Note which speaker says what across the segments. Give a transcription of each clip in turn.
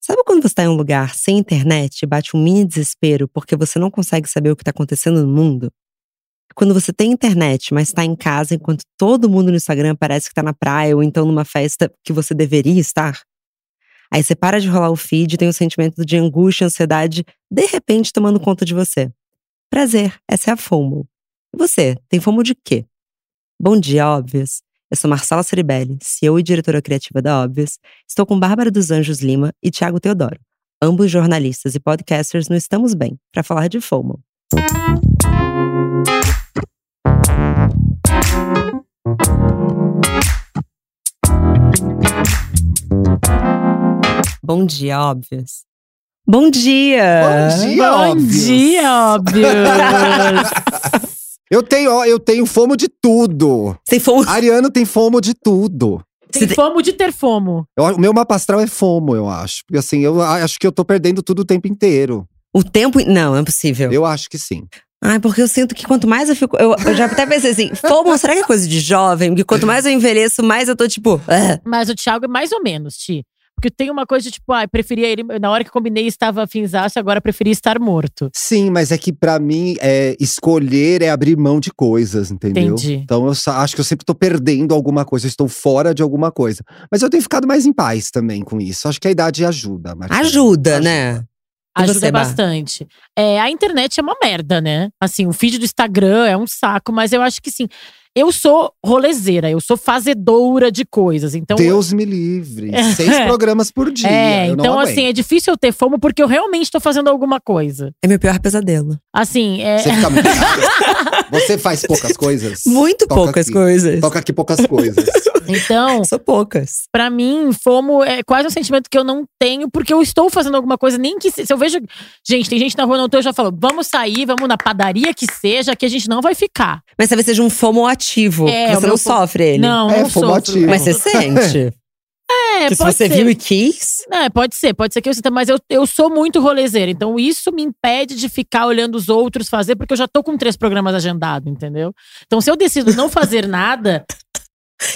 Speaker 1: Sabe quando você está em um lugar sem internet e bate um mini desespero porque você não consegue saber o que está acontecendo no mundo? Quando você tem internet, mas está em casa enquanto todo mundo no Instagram parece que está na praia ou então numa festa que você deveria estar? Aí você para de rolar o feed e tem o um sentimento de angústia, ansiedade, de repente tomando conta de você. Prazer, essa é a FOMO. E você, tem FOMO de quê? Bom dia, óbvias! Eu sou Marcela Ceribelli, CEO e diretora criativa da Óbvias. Estou com Bárbara dos Anjos Lima e Tiago Teodoro, ambos jornalistas e podcasters no Estamos Bem, para falar de FOMO. Bom dia, Óbvias. Bom dia!
Speaker 2: Bom dia,
Speaker 3: É, Bom
Speaker 2: óbvio.
Speaker 3: dia, óbvio!
Speaker 2: Eu tenho, ó, eu tenho fomo de tudo.
Speaker 1: Sem FOMO.
Speaker 2: Ariano tem fomo de tudo.
Speaker 1: Você
Speaker 3: Tem
Speaker 1: tem-
Speaker 3: fomo de ter fomo.
Speaker 2: Eu- o meu mapa astral é fomo, eu acho. Porque assim, eu a- acho que eu tô perdendo tudo o tempo inteiro.
Speaker 1: O tempo. Não, não é possível.
Speaker 2: Eu acho que sim.
Speaker 1: Ai, porque eu sinto que quanto mais eu fico. Eu, eu já até pensei assim, FOMO, será que é coisa de jovem? Porque quanto mais eu envelheço, mais eu tô tipo. "Ah".
Speaker 3: Mas o Thiago é mais ou menos, Ti. Porque tem uma coisa de tipo, ah, eu preferia ele. Na hora que combinei estava afinzaço, agora eu preferia estar morto.
Speaker 2: Sim, mas é que pra mim, é, escolher é abrir mão de coisas, entendeu?
Speaker 3: Entendi.
Speaker 2: Então eu só- acho que eu sempre tô perdendo alguma coisa, eu estou fora de alguma coisa. Mas eu tenho ficado mais em paz também com isso. Acho que a idade ajuda, Marcela.
Speaker 1: Ajuda, né? E
Speaker 3: Ajuda
Speaker 1: você, Bá?
Speaker 3: bastante. É, a internet é uma merda, né? Assim, o feed do Instagram é um saco, mas eu acho que sim. Eu sou rolezeira, eu sou fazedoura de coisas. Então,
Speaker 2: Deus me livre. Seis programas por dia.
Speaker 3: é,
Speaker 2: eu não
Speaker 3: então
Speaker 2: aguento.
Speaker 3: assim, é difícil eu ter fomo porque eu realmente tô fazendo alguma coisa.
Speaker 1: É meu pior pesadelo.
Speaker 3: Assim, é,
Speaker 2: Você fica muito. Você faz poucas coisas?
Speaker 1: Muito
Speaker 2: Toca
Speaker 1: poucas
Speaker 2: aqui.
Speaker 1: coisas.
Speaker 2: Toca aqui poucas coisas.
Speaker 3: então,
Speaker 1: São poucas.
Speaker 3: Pra mim, fomo é quase um sentimento que eu não tenho, porque eu estou fazendo alguma coisa, nem que se, se eu vejo. Gente, tem gente na rua, não tô, eu já falo, vamos sair, vamos na padaria que seja, que a gente não vai ficar.
Speaker 1: Mas talvez seja um FOMO ativo.
Speaker 3: É,
Speaker 1: que
Speaker 3: o
Speaker 1: você
Speaker 3: meu
Speaker 1: não
Speaker 3: fo-
Speaker 1: sofre ele.
Speaker 3: Não,
Speaker 2: É,
Speaker 3: não
Speaker 2: fomo
Speaker 3: sofro.
Speaker 2: ativo.
Speaker 1: Mas você sente.
Speaker 3: É,
Speaker 1: que
Speaker 3: pode
Speaker 1: se você
Speaker 3: ser.
Speaker 1: viu e quis.
Speaker 3: É, pode ser, pode ser que eu sinta, mas eu, eu sou muito rolezeira, então isso me impede de ficar olhando os outros fazer, porque eu já tô com três programas agendados, entendeu? Então, se eu decido não fazer nada,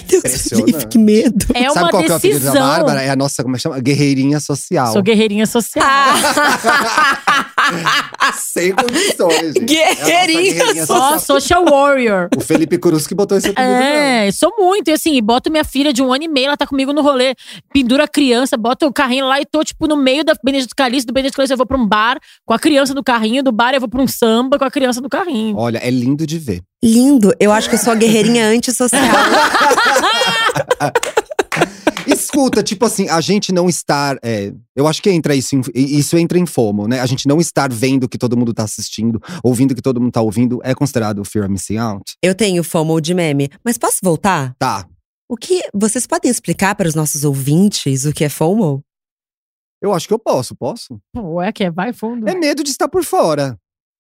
Speaker 1: Deus
Speaker 2: Impressionante.
Speaker 1: livre, que medo.
Speaker 3: é
Speaker 2: Sabe
Speaker 3: uma
Speaker 2: qual que é o apelido
Speaker 3: decisão.
Speaker 2: da Bárbara? É a nossa, como é que chama? Guerreirinha social.
Speaker 3: Sou guerreirinha social.
Speaker 2: Ah! Sem condições, gente.
Speaker 1: Ah. Guerreirinha
Speaker 2: É a nossa
Speaker 3: Ó, social warrior.
Speaker 2: O Felipe Cruz que botou esse apelido. nela.
Speaker 3: É, sou muito. E assim, boto minha filha de um ano e meio, ela tá comigo no rolê. Pendura a criança, bota o carrinho lá e tô, tipo, no meio da Benedito Calixto. Do Benedito Calixto eu vou pra um bar com a criança no carrinho. Do bar eu vou pra um samba com a criança no carrinho.
Speaker 2: Olha, é lindo de ver.
Speaker 1: Lindo. Eu acho que eu sou a guerreirinha antissocial.
Speaker 2: Escuta, tipo assim, a gente não estar. é, eu acho que entra isso, em- isso entra em fomo, né? A gente não estar vendo o que todo mundo tá assistindo, ouvindo o que todo mundo tá ouvindo, é considerado fear of missing out?
Speaker 1: eu tenho FOMO de meme. Mas posso voltar?
Speaker 2: Tá.
Speaker 1: O que… Vocês podem explicar para os nossos ouvintes o que é FOMO?
Speaker 2: Eu acho que eu posso, posso?
Speaker 3: Pô, é que é, vai fundo.
Speaker 2: É medo de estar por fora.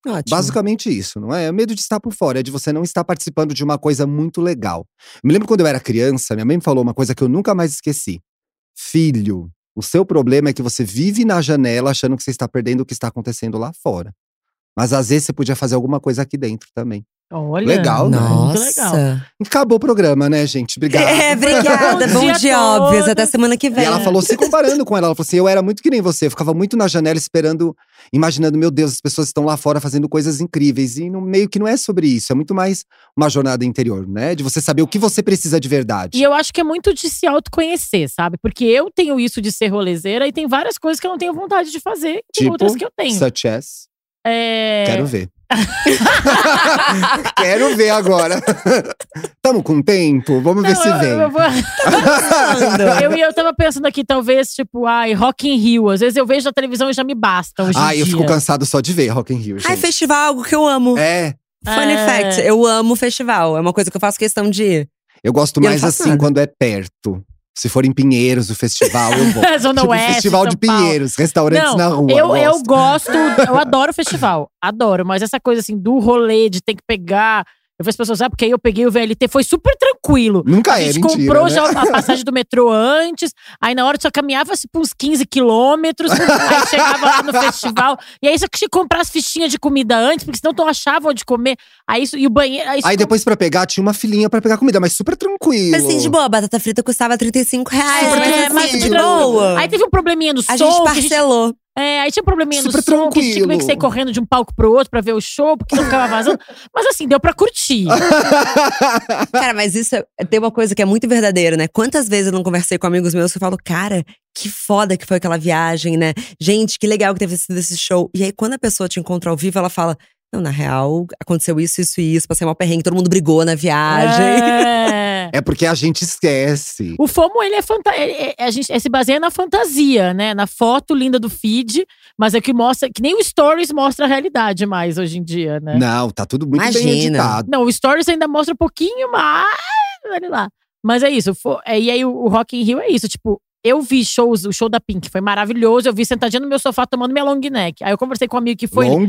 Speaker 1: Ótimo.
Speaker 2: Basicamente isso, não é? É medo de estar por fora, é de você não estar participando de uma coisa muito legal. Eu me lembro quando eu era criança, minha mãe me falou uma coisa que eu nunca mais esqueci. Filho, o seu problema é que você vive na janela achando que você está perdendo o que está acontecendo lá fora. Mas às vezes você podia fazer alguma coisa aqui dentro também.
Speaker 3: Olha.
Speaker 2: Legal, né?
Speaker 1: Nossa.
Speaker 3: Muito legal.
Speaker 2: Acabou o programa, né, gente? Obrigado.
Speaker 1: É, obrigada.
Speaker 3: Bom
Speaker 1: Bom
Speaker 3: dia
Speaker 1: dia,
Speaker 3: a
Speaker 1: óbvios.
Speaker 3: todos.
Speaker 1: Até semana que
Speaker 2: E
Speaker 1: vem.
Speaker 2: ela
Speaker 3: É.
Speaker 2: falou, se comparando com ela, ela falou assim: eu era muito que nem você, eu ficava muito na janela esperando, imaginando, meu Deus, as pessoas estão lá fora fazendo coisas incríveis. E no meio que não é sobre isso, é muito mais uma jornada interior, né? De você saber o que você precisa de verdade.
Speaker 3: E eu acho que é muito de se autoconhecer, sabe? Porque eu tenho isso de ser rolezeira e tem várias coisas que eu não tenho vontade de fazer e tem
Speaker 2: Tipo,
Speaker 3: outras que eu tenho.
Speaker 2: Such as.
Speaker 3: assim, É...
Speaker 2: Quero ver. Quero ver agora. Tamo com tempo? Vamos ver
Speaker 3: Não,
Speaker 2: se
Speaker 3: eu-
Speaker 2: vem.
Speaker 3: eu vou- eu, eu tava pensando aqui, talvez, tipo, ai, Rock in Rio. Às vezes eu vejo na televisão e já me basta hoje em
Speaker 2: Ai, eu
Speaker 3: dia.
Speaker 2: fico cansado só de ver Rock in Rio, gente.
Speaker 1: Ai, festival, algo que eu amo.
Speaker 2: É,
Speaker 1: Fun
Speaker 3: É.
Speaker 1: fact, eu amo festival. É uma coisa que eu faço questão de ir.
Speaker 2: eu
Speaker 1: E
Speaker 2: gosto
Speaker 1: eu não
Speaker 2: mais
Speaker 1: faço
Speaker 2: assim
Speaker 1: nada.
Speaker 2: quando é perto. Se for em Pinheiros, o festival, eu vou.
Speaker 3: Zona
Speaker 2: tipo,
Speaker 3: Oeste,
Speaker 2: festival de
Speaker 3: é São Paulo.
Speaker 2: Pinheiros, restaurantes
Speaker 3: Não,
Speaker 2: na rua.
Speaker 3: Eu,
Speaker 2: gosto.
Speaker 3: eu gosto, eu adoro festival, adoro, mas essa coisa assim do rolê, de ter que pegar. Eu falei as pessoas, ah, porque aí eu peguei o VLT, foi super tranquilo.
Speaker 2: Nunca
Speaker 3: a
Speaker 2: é,
Speaker 3: gente
Speaker 2: mentira.
Speaker 3: comprou
Speaker 2: né?
Speaker 3: já a passagem do metrô antes, aí na hora só caminhava assim, por uns 15 quilômetros, aí chegava lá no festival. E aí só que tinha que comprar as fichinhas de comida antes, porque senão não achavam onde comer. Aí isso, e o banheiro. Aí, isso
Speaker 2: Aí depois pra pegar, tinha uma filinha pra pegar comida, mas super tranquilo.
Speaker 4: Mas assim, de boa, a batata frita custava 35 reais.
Speaker 2: Super
Speaker 1: é
Speaker 4: mas, assim,
Speaker 2: tranquilo.
Speaker 4: de boa.
Speaker 3: Aí teve um probleminha do som.
Speaker 4: a gente
Speaker 3: que a gente-
Speaker 4: parcelou.
Speaker 3: é, aí tinha um probleminha do
Speaker 2: Super
Speaker 3: som, que a gente tinha que meio que
Speaker 2: tranquilo.
Speaker 3: sair correndo de um palco pro outro pra ver o show, porque não ficava vazando. Mas assim, deu pra curtir.
Speaker 4: Cara,
Speaker 1: Cara, mas isso é- tem uma coisa que é muito verdadeira, né? Quantas vezes eu não conversei com amigos meus que eu falo, cara, que foda que foi aquela viagem, né? Gente, que legal que teve sido esse show. E aí, quando a pessoa te encontra ao vivo, ela fala. Não, na real, aconteceu isso, isso e isso, passei mal perrengue, todo mundo brigou na
Speaker 2: Ah,
Speaker 1: viagem.
Speaker 3: É.
Speaker 2: É porque a gente esquece.
Speaker 3: O FOMO, ele é fanta ele- é- a gente é- se baseia na fantasia, né? Na foto linda do feed, mas é que mostra. Que nem o Stories mostra a realidade mais hoje em dia, né?
Speaker 2: Não, tá tudo muito bem
Speaker 1: Imagina.
Speaker 2: editado.
Speaker 3: Não, o Stories ainda mostra um pouquinho mais. Olha lá. Mas é isso. fo- é, e aí o, o Rock in Rio é isso. Tipo, eu vi shows, o show da Pink foi maravilhoso. Eu vi sentadinha no meu sofá tomando minha long neck. Aí eu conversei com um amigo que foi.
Speaker 2: Long.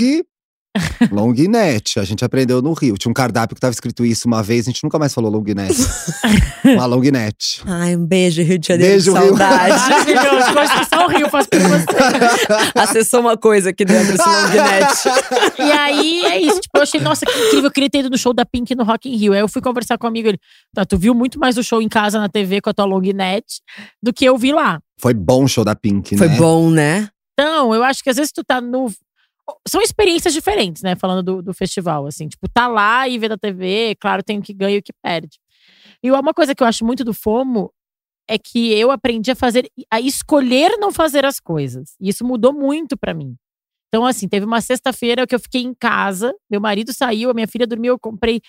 Speaker 2: Long net. A gente aprendeu no Rio. Tinha um cardápio que tava escrito isso uma vez, a gente nunca mais falou long net. uma long net.
Speaker 1: Ai, um beijo, Rio de Janeiro,
Speaker 2: Beijo,
Speaker 1: que
Speaker 2: Rio.
Speaker 1: saudade.
Speaker 3: Maravilhoso, Constituição Rio, faz por você.
Speaker 1: Acessou uma coisa aqui dentro, esse longnet.
Speaker 3: E aí é isso, tipo, eu achei, nossa, que incrível, eu queria ter ido no show da Pink no Rock in Rio. Aí eu fui conversar com um amigo, ele, tá, tu viu muito mais o show em casa na TV com a tua long net do que eu vi lá.
Speaker 2: Foi bom o show da Pink,
Speaker 1: Foi
Speaker 2: né?
Speaker 1: bom, né?
Speaker 3: Então, eu acho que às vezes tu tá no. São experiências diferentes, né? Falando do, do festival, assim. Tipo, tá lá e vê da TV, claro, tem o que ganha e o que perde. E uma coisa que eu acho muito do FOMO é que eu aprendi a fazer, a escolher não fazer as coisas. E isso mudou muito pra mim. Então, assim, teve uma sexta-feira que eu fiquei em casa, meu marido saiu, a minha filha dormiu, eu comprei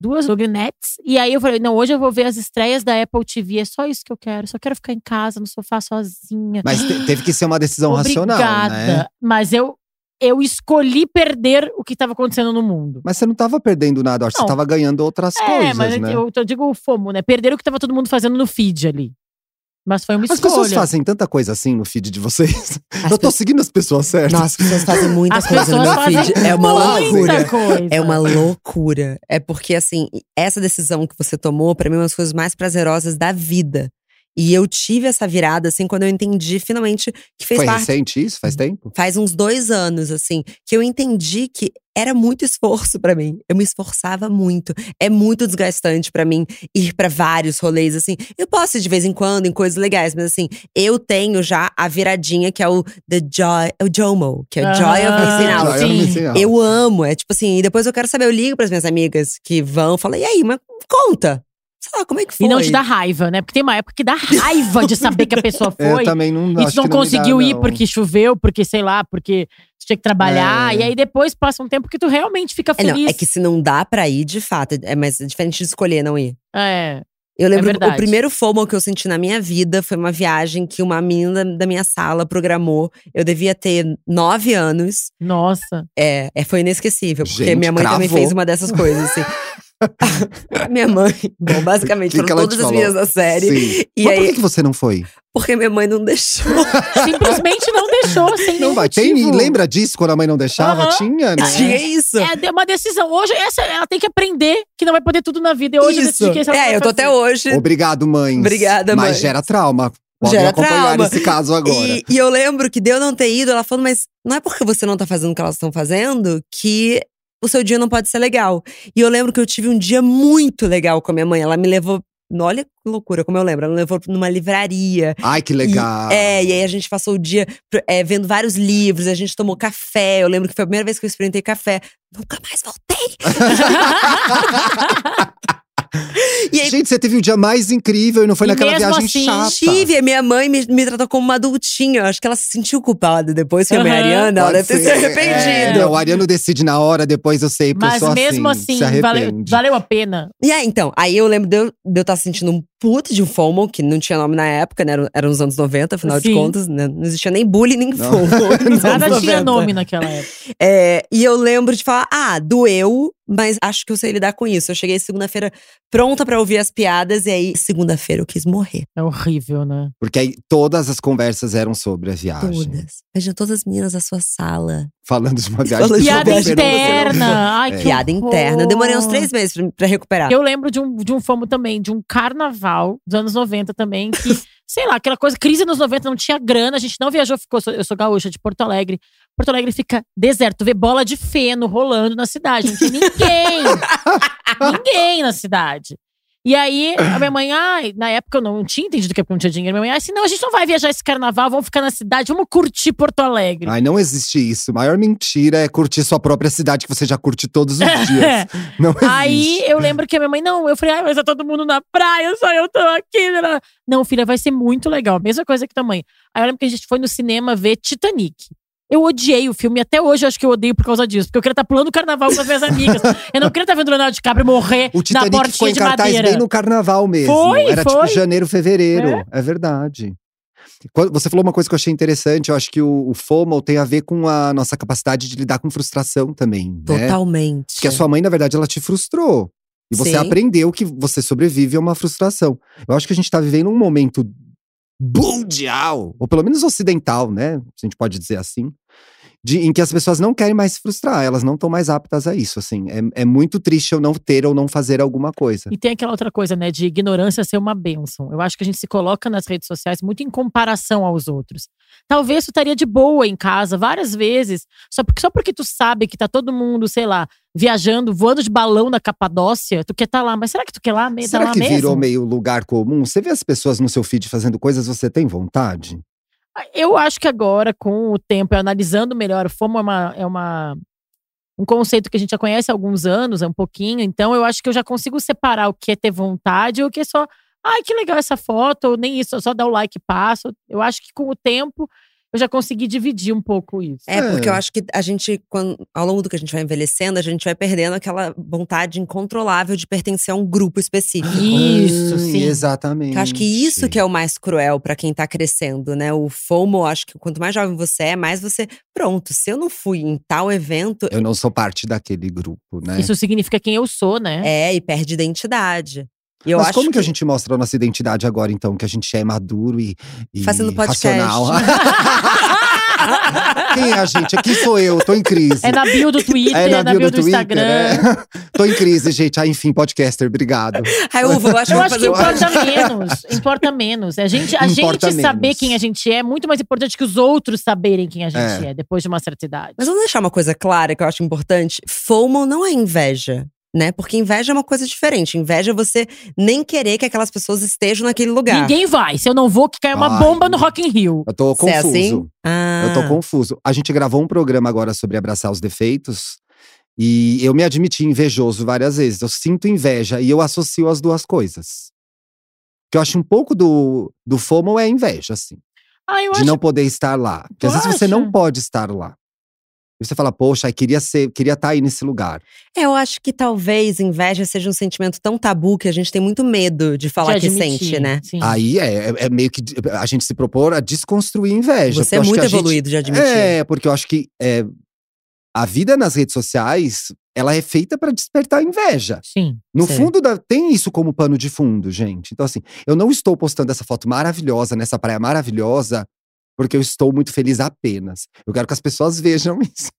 Speaker 3: duas lognetes. E aí eu falei: não, hoje eu vou ver as estreias da Apple TV, é só isso que eu quero, só quero ficar em casa, no sofá sozinha.
Speaker 2: Mas te- teve que ser uma decisão
Speaker 3: Obrigada.
Speaker 2: racional, né?
Speaker 3: Mas eu, eu escolhi perder o que estava acontecendo no mundo.
Speaker 2: Mas você não tava perdendo nada, eu acho que
Speaker 3: Não.
Speaker 2: você tava ganhando outras
Speaker 3: é,
Speaker 2: coisas,
Speaker 3: mas
Speaker 2: né?
Speaker 3: eu, eu digo o FOMO, né? Perder o que estava todo mundo fazendo no feed ali. Mas foi uma
Speaker 2: As
Speaker 3: escolha.
Speaker 2: pessoas fazem tanta coisa assim no feed de vocês.
Speaker 1: As
Speaker 2: eu tô
Speaker 1: pe-
Speaker 2: seguindo as pessoas certas.
Speaker 1: Nossa, as pessoas fazem muita
Speaker 3: As
Speaker 1: coisa no
Speaker 3: pessoas
Speaker 1: meu
Speaker 3: fazem
Speaker 1: feed. É uma
Speaker 2: muita
Speaker 1: loucura.
Speaker 3: coisa.
Speaker 1: É uma loucura. É porque, assim, essa decisão que você tomou, pra mim, é uma das coisas mais prazerosas da vida. E eu tive essa virada, assim, quando eu entendi finalmente que fez
Speaker 2: Foi
Speaker 1: parte.
Speaker 2: recente isso? Faz tempo?
Speaker 1: Faz uns dois anos, assim, que eu entendi que era muito esforço pra mim. Eu me esforçava muito. É muito desgastante pra mim ir pra vários rolês, assim. Eu posso ir de vez em quando em coisas legais, mas assim, eu tenho já a viradinha que é o The Joy, é o JOMO, que é o Joy of
Speaker 3: Ah,
Speaker 1: Missing Out.
Speaker 2: Já, eu não
Speaker 3: sim.
Speaker 2: pensei nada.
Speaker 1: Eu amo, é tipo assim, e depois eu quero saber, eu ligo pras minhas amigas que vão, falo, e aí, mas conta. Sei lá, como é que foi?
Speaker 3: E não te dá raiva, né? Porque tem uma época que dá raiva de saber que a pessoa
Speaker 2: É,
Speaker 3: foi.
Speaker 2: Eu também não
Speaker 3: e
Speaker 2: acho
Speaker 3: tu não
Speaker 2: que me dá,
Speaker 3: conseguiu ir
Speaker 2: não.
Speaker 3: porque choveu, porque sei lá, porque tu tinha que trabalhar.
Speaker 2: É.
Speaker 3: E aí depois passa um tempo que tu realmente fica
Speaker 1: É,
Speaker 3: feliz.
Speaker 1: não, é que se não dá pra ir, de fato, é, mas é diferente de escolher não ir.
Speaker 3: É.
Speaker 1: Eu lembro que
Speaker 3: verdade.
Speaker 1: o primeiro FOMO que eu senti na minha vida foi uma viagem que uma menina da minha sala programou. Eu devia ter nove anos.
Speaker 3: Nossa.
Speaker 1: É, é, foi inesquecível, porque
Speaker 2: Gente,
Speaker 1: minha mãe também
Speaker 2: cravou.
Speaker 1: fez uma dessas coisas, assim. minha mãe, bom, basicamente,
Speaker 2: Que que
Speaker 1: foram
Speaker 2: ela te
Speaker 1: todas as
Speaker 2: falou?
Speaker 1: minhas da série.
Speaker 2: Sim.
Speaker 1: E
Speaker 2: Mas por
Speaker 1: aí,
Speaker 2: que que você não foi?
Speaker 1: porque minha mãe não deixou.
Speaker 3: Simplesmente não deixou, sem
Speaker 2: Não
Speaker 3: nenhum
Speaker 2: vai. Tem,
Speaker 1: tipo-
Speaker 3: motivo.
Speaker 2: lembra disso quando a mãe não deixava?
Speaker 3: Aham.
Speaker 2: Tinha, né?
Speaker 1: Tinha isso.
Speaker 3: É de- uma decisão. Hoje, essa, ela tem que aprender que não vai poder tudo na vida. E hoje eu
Speaker 1: Isso.
Speaker 3: decidi que essa ela
Speaker 1: É,
Speaker 3: vai
Speaker 1: eu tô
Speaker 3: fazer.
Speaker 1: até hoje
Speaker 2: Obrigado, mães.
Speaker 1: Obrigada,
Speaker 2: Mas
Speaker 1: mães.
Speaker 2: gera trauma. Podem
Speaker 1: Gera
Speaker 2: acompanhar
Speaker 1: trauma.
Speaker 2: esse caso agora.
Speaker 1: E, e eu lembro que deu não ter ido, ela falando, mas não é porque você não tá fazendo o que elas estão fazendo que o seu dia não pode ser legal. E eu lembro que eu tive um dia muito legal com a minha mãe. Ela me levou. Olha que loucura, como eu lembro. Ela me levou numa livraria.
Speaker 2: Ai, que legal.
Speaker 1: E, é, e aí a gente passou o dia é, vendo vários livros, a gente tomou café. Eu lembro que foi a primeira vez que eu experimentei café. Nunca mais voltei. E aí,
Speaker 2: Gente, você teve o dia mais incrível e não foi
Speaker 3: E
Speaker 2: naquela
Speaker 3: mesmo
Speaker 2: viagem
Speaker 3: assim,
Speaker 2: chata.
Speaker 1: tive, a minha mãe me, me tratou como uma adultinha. Eu acho que ela se sentiu culpada depois, que a minha
Speaker 3: Aham.
Speaker 1: Ariana, ela
Speaker 2: Pode
Speaker 1: deve ter se
Speaker 2: ser.
Speaker 1: arrependido.
Speaker 2: É, não, o Ariano decide na hora, depois eu sei, porque
Speaker 3: Mas
Speaker 2: eu sou
Speaker 3: mesmo assim,
Speaker 2: se arrepende.
Speaker 3: valeu, valeu a pena.
Speaker 1: E aí, então, aí eu lembro de eu estar sentindo um puto de um FOMO, que não tinha nome na época, né? Era, era nos anos 90, afinal
Speaker 3: Sim.
Speaker 1: de contas, né? Não existia nem bullying, nem
Speaker 2: Não.
Speaker 1: FOMO. nos
Speaker 3: Nada
Speaker 1: anos
Speaker 3: tinha
Speaker 1: 90.
Speaker 3: nome naquela época.
Speaker 1: É, e eu lembro de falar, ah, doeu, mas acho que eu sei lidar com isso. Eu cheguei segunda-feira pronta
Speaker 5: pra ouvir as piadas, e aí, segunda-feira, eu quis morrer.
Speaker 3: É horrível, né?
Speaker 2: Porque aí todas as conversas eram sobre a viagem.
Speaker 5: Todas. Imagina todas as meninas da sua sala.
Speaker 2: Falando de uma viagem.
Speaker 5: Falando de
Speaker 2: que
Speaker 5: uma
Speaker 3: Piada
Speaker 5: viagem.
Speaker 2: você não-
Speaker 3: interna.
Speaker 1: É.
Speaker 3: Ai,
Speaker 2: É.
Speaker 3: que
Speaker 5: Piada
Speaker 3: horror.
Speaker 5: interna. Eu demorei uns três meses pra, pra
Speaker 1: Tá.
Speaker 5: recuperar.
Speaker 3: Eu lembro de um, de um fomo também, de um carnaval dos anos 90 também, que, sei lá, aquela coisa, crise nos 90, não tinha grana, a gente não viajou, ficou. sou- Eu sou gaúcha de Porto Alegre. Porto Alegre fica deserto, vê bola de feno rolando na cidade. Não tinha ninguém. ninguém na cidade. E aí, a minha mãe, ai, na época eu não tinha entendido que é porque não tinha dinheiro. Minha mãe, ai, senão a gente não vai viajar esse carnaval, vamos ficar na cidade, vamos curtir Porto Alegre.
Speaker 2: Ai, não existe isso. A maior mentira é curtir sua própria cidade, que você já curte todos os
Speaker 3: É.
Speaker 2: dias. Não existe.
Speaker 3: Aí eu lembro que a minha mãe, não, eu falei, ai, mas tá todo mundo na praia, só eu tô aqui. né, né. Não, filha, vai ser muito legal. Mesma coisa que tua mãe. Aí eu lembro que a gente foi no cinema ver Titanic. Eu odiei o filme, e até hoje eu acho que eu odeio por causa disso. Porque eu queria estar pulando carnaval com as minhas amigas. Eu não queria estar vendo o Leonardo DiCaprio morrer
Speaker 2: O
Speaker 3: na
Speaker 2: Titanic ficou
Speaker 3: portinha
Speaker 2: em
Speaker 3: de
Speaker 2: cartaz
Speaker 3: madeira.
Speaker 2: bem no carnaval mesmo.
Speaker 3: Foi,
Speaker 2: Era
Speaker 3: foi. Né?
Speaker 2: tipo janeiro, fevereiro. É, verdade. Quando- Você falou uma coisa que eu achei interessante. Eu acho que o, o FOMO tem a ver com a nossa capacidade de lidar com frustração também. Né?
Speaker 5: Totalmente.
Speaker 2: Porque a sua mãe, na verdade, ela te frustrou. E você
Speaker 5: Sim.
Speaker 2: aprendeu que você sobrevive a uma frustração. Eu acho que a gente tá vivendo um momento mundial, ou pelo menos ocidental, né? Se a gente pode dizer assim. De, em que as pessoas não querem mais se frustrar, elas não estão mais aptas a isso, assim. É, é muito triste eu não ter ou não fazer alguma coisa.
Speaker 3: E tem aquela outra coisa, né, de ignorância ser uma bênção. Eu acho que a gente se coloca nas redes sociais muito em comparação aos outros. Talvez tu estaria de boa em casa várias vezes, só porque, só porque tu sabe que tá todo mundo, sei lá, viajando, voando de balão na Capadócia, tu quer estar lá. Mas será que tu quer lá, me- tá
Speaker 2: Será
Speaker 3: lá
Speaker 2: que
Speaker 3: mesmo?
Speaker 2: virou meio lugar comum? Você vê as pessoas no seu feed fazendo coisas, você tem vontade?
Speaker 3: Eu acho que agora, com o tempo, e analisando melhor, o FOMO é uma. É uma um conceito que a gente já conhece há alguns anos, é um pouquinho, então eu acho que eu já consigo separar o que é ter vontade ou o que é só, ai, que legal essa foto, ou nem isso, só dar o like e passo. Eu acho que com o tempo eu já consegui dividir um pouco isso.
Speaker 5: É,
Speaker 2: É.
Speaker 5: porque eu acho que a gente, quando- ao longo do que a gente vai envelhecendo, a gente vai perdendo aquela vontade incontrolável de pertencer a um grupo específico.
Speaker 2: Ah,
Speaker 3: Isso,
Speaker 2: Ai,
Speaker 3: sim.
Speaker 2: Exatamente.
Speaker 5: Eu acho que isso que é o mais cruel pra quem tá crescendo, né? O FOMO, eu acho que quanto mais jovem você é, mais você. Pronto, se eu não fui em tal evento.
Speaker 2: Eu não sou parte daquele grupo, né?
Speaker 3: Isso significa quem eu sou, né?
Speaker 5: É, e perde identidade. E eu
Speaker 2: Mas
Speaker 5: acho
Speaker 2: como que... a gente mostra a nossa identidade agora, então? Que a gente é maduro e, e
Speaker 5: Fazendo podcast.
Speaker 2: racional. Quem é a gente? Aqui sou eu, tô em crise.
Speaker 3: É na bio do Twitter, é na, bio, do, Instagram.
Speaker 2: né? tô em crise, gente. Ah, enfim, podcaster, obrigado.
Speaker 5: Ai, uva, eu acho que
Speaker 3: Eu
Speaker 5: eu vou
Speaker 3: acho que
Speaker 5: fazer um
Speaker 3: importa menos. Importa menos. É, A gente, a
Speaker 2: Importa
Speaker 3: gente saber
Speaker 2: menos.
Speaker 3: quem a gente é é muito mais importante que os outros saberem quem a gente é,
Speaker 2: É.
Speaker 3: depois de uma certa idade.
Speaker 5: Mas vamos deixar uma coisa clara que eu acho importante. FOMO não é inveja, né? Porque inveja é uma coisa diferente. Inveja é você nem querer que aquelas pessoas estejam naquele lugar.
Speaker 3: Ninguém vai. Se eu não vou, que cai uma
Speaker 2: Ai.
Speaker 3: bomba no Rock in Rio.
Speaker 2: Eu tô
Speaker 5: Você
Speaker 2: confuso.
Speaker 5: é assim? Ah.
Speaker 2: Eu tô confuso. A gente gravou um programa agora sobre abraçar os defeitos. E eu me admiti invejoso várias vezes. Eu sinto inveja e eu associo as duas coisas. Que eu acho um pouco do, do FOMO é inveja, assim.
Speaker 3: Ah, eu
Speaker 2: de
Speaker 3: acho.
Speaker 2: não poder estar lá. Porque às
Speaker 3: Tu
Speaker 2: vezes você
Speaker 3: acha?
Speaker 2: não pode estar lá. E você fala, poxa, eu queria ser, queria estar aí nesse lugar.
Speaker 5: É, eu acho que talvez inveja seja um sentimento tão tabu que a gente tem muito medo de falar
Speaker 3: de
Speaker 5: que
Speaker 3: admitir,
Speaker 5: sente, né?
Speaker 3: Sim.
Speaker 2: Aí é, é- é meio que de- a gente se propor a desconstruir a inveja. porque
Speaker 5: Você é
Speaker 2: eu acho
Speaker 5: muito
Speaker 2: que a gente-
Speaker 5: evoluído de admitir.
Speaker 2: É, porque eu acho que é, a vida nas redes sociais, ela é feita para despertar inveja.
Speaker 3: Sim.
Speaker 2: No
Speaker 5: Sim.
Speaker 2: fundo, da- tem isso como pano de fundo, gente. Então, assim, eu não estou postando essa foto maravilhosa, nessa praia maravilhosa, porque eu estou muito feliz apenas. Eu quero que as pessoas vejam isso.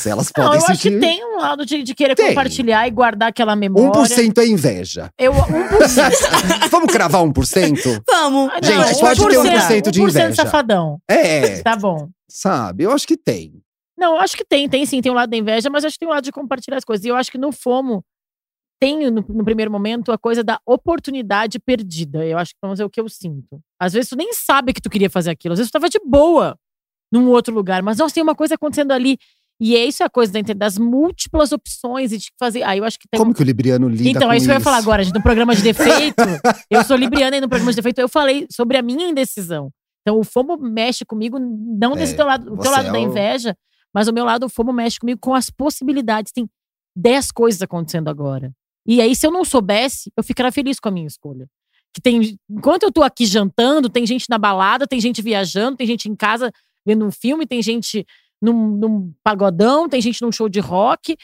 Speaker 2: Se elas
Speaker 3: Não,
Speaker 2: podem
Speaker 3: eu acho que
Speaker 2: sentir-
Speaker 3: tem um lado de, de querer
Speaker 2: Tem.
Speaker 3: compartilhar e guardar aquela memória.
Speaker 2: 1% é inveja.
Speaker 3: Eu, 1%.
Speaker 2: Vamos cravar 1%?
Speaker 5: Vamos!
Speaker 3: Ah, não,
Speaker 2: Gente,
Speaker 5: vamos
Speaker 2: pode ter
Speaker 5: acordar.
Speaker 2: 1% de
Speaker 3: 1%
Speaker 2: inveja.
Speaker 3: safadão.
Speaker 2: É,
Speaker 3: Tá bom.
Speaker 2: sabe? Eu acho que tem.
Speaker 3: Não, eu acho que tem, tem sim, tem um lado da inveja, mas acho que tem um lado de compartilhar as coisas. E eu acho que no FOMO tem, no, no primeiro momento, a coisa da oportunidade perdida. Eu acho que vamos dizer o que eu sinto. Às vezes tu nem sabe que tu queria fazer aquilo, às vezes tu tava de boa num outro lugar, mas nossa, tem uma coisa acontecendo ali. E é isso a coisa da inter- das múltiplas opções e de fazer. Aí eu acho que tem.
Speaker 2: Como que o Libriano lida
Speaker 3: Então,
Speaker 2: com
Speaker 3: é isso
Speaker 2: isso
Speaker 3: que eu ia falar agora, gente. No programa de defeito, eu sou libriana e no programa de defeito eu falei sobre a minha indecisão. Então, o FOMO mexe comigo, não desse
Speaker 2: É,
Speaker 3: teu lado, o teu
Speaker 2: você
Speaker 3: lado
Speaker 2: é
Speaker 3: da
Speaker 2: o-
Speaker 3: inveja, mas o meu lado, o FOMO mexe comigo com as possibilidades. Tem 10 coisas acontecendo agora. E aí, se eu não soubesse, eu ficaria feliz com a minha escolha. Que tem, enquanto eu tô aqui jantando, tem gente na balada, tem gente viajando, tem gente em casa vendo um filme, tem gente num, num pagodão, tem gente num show de rock.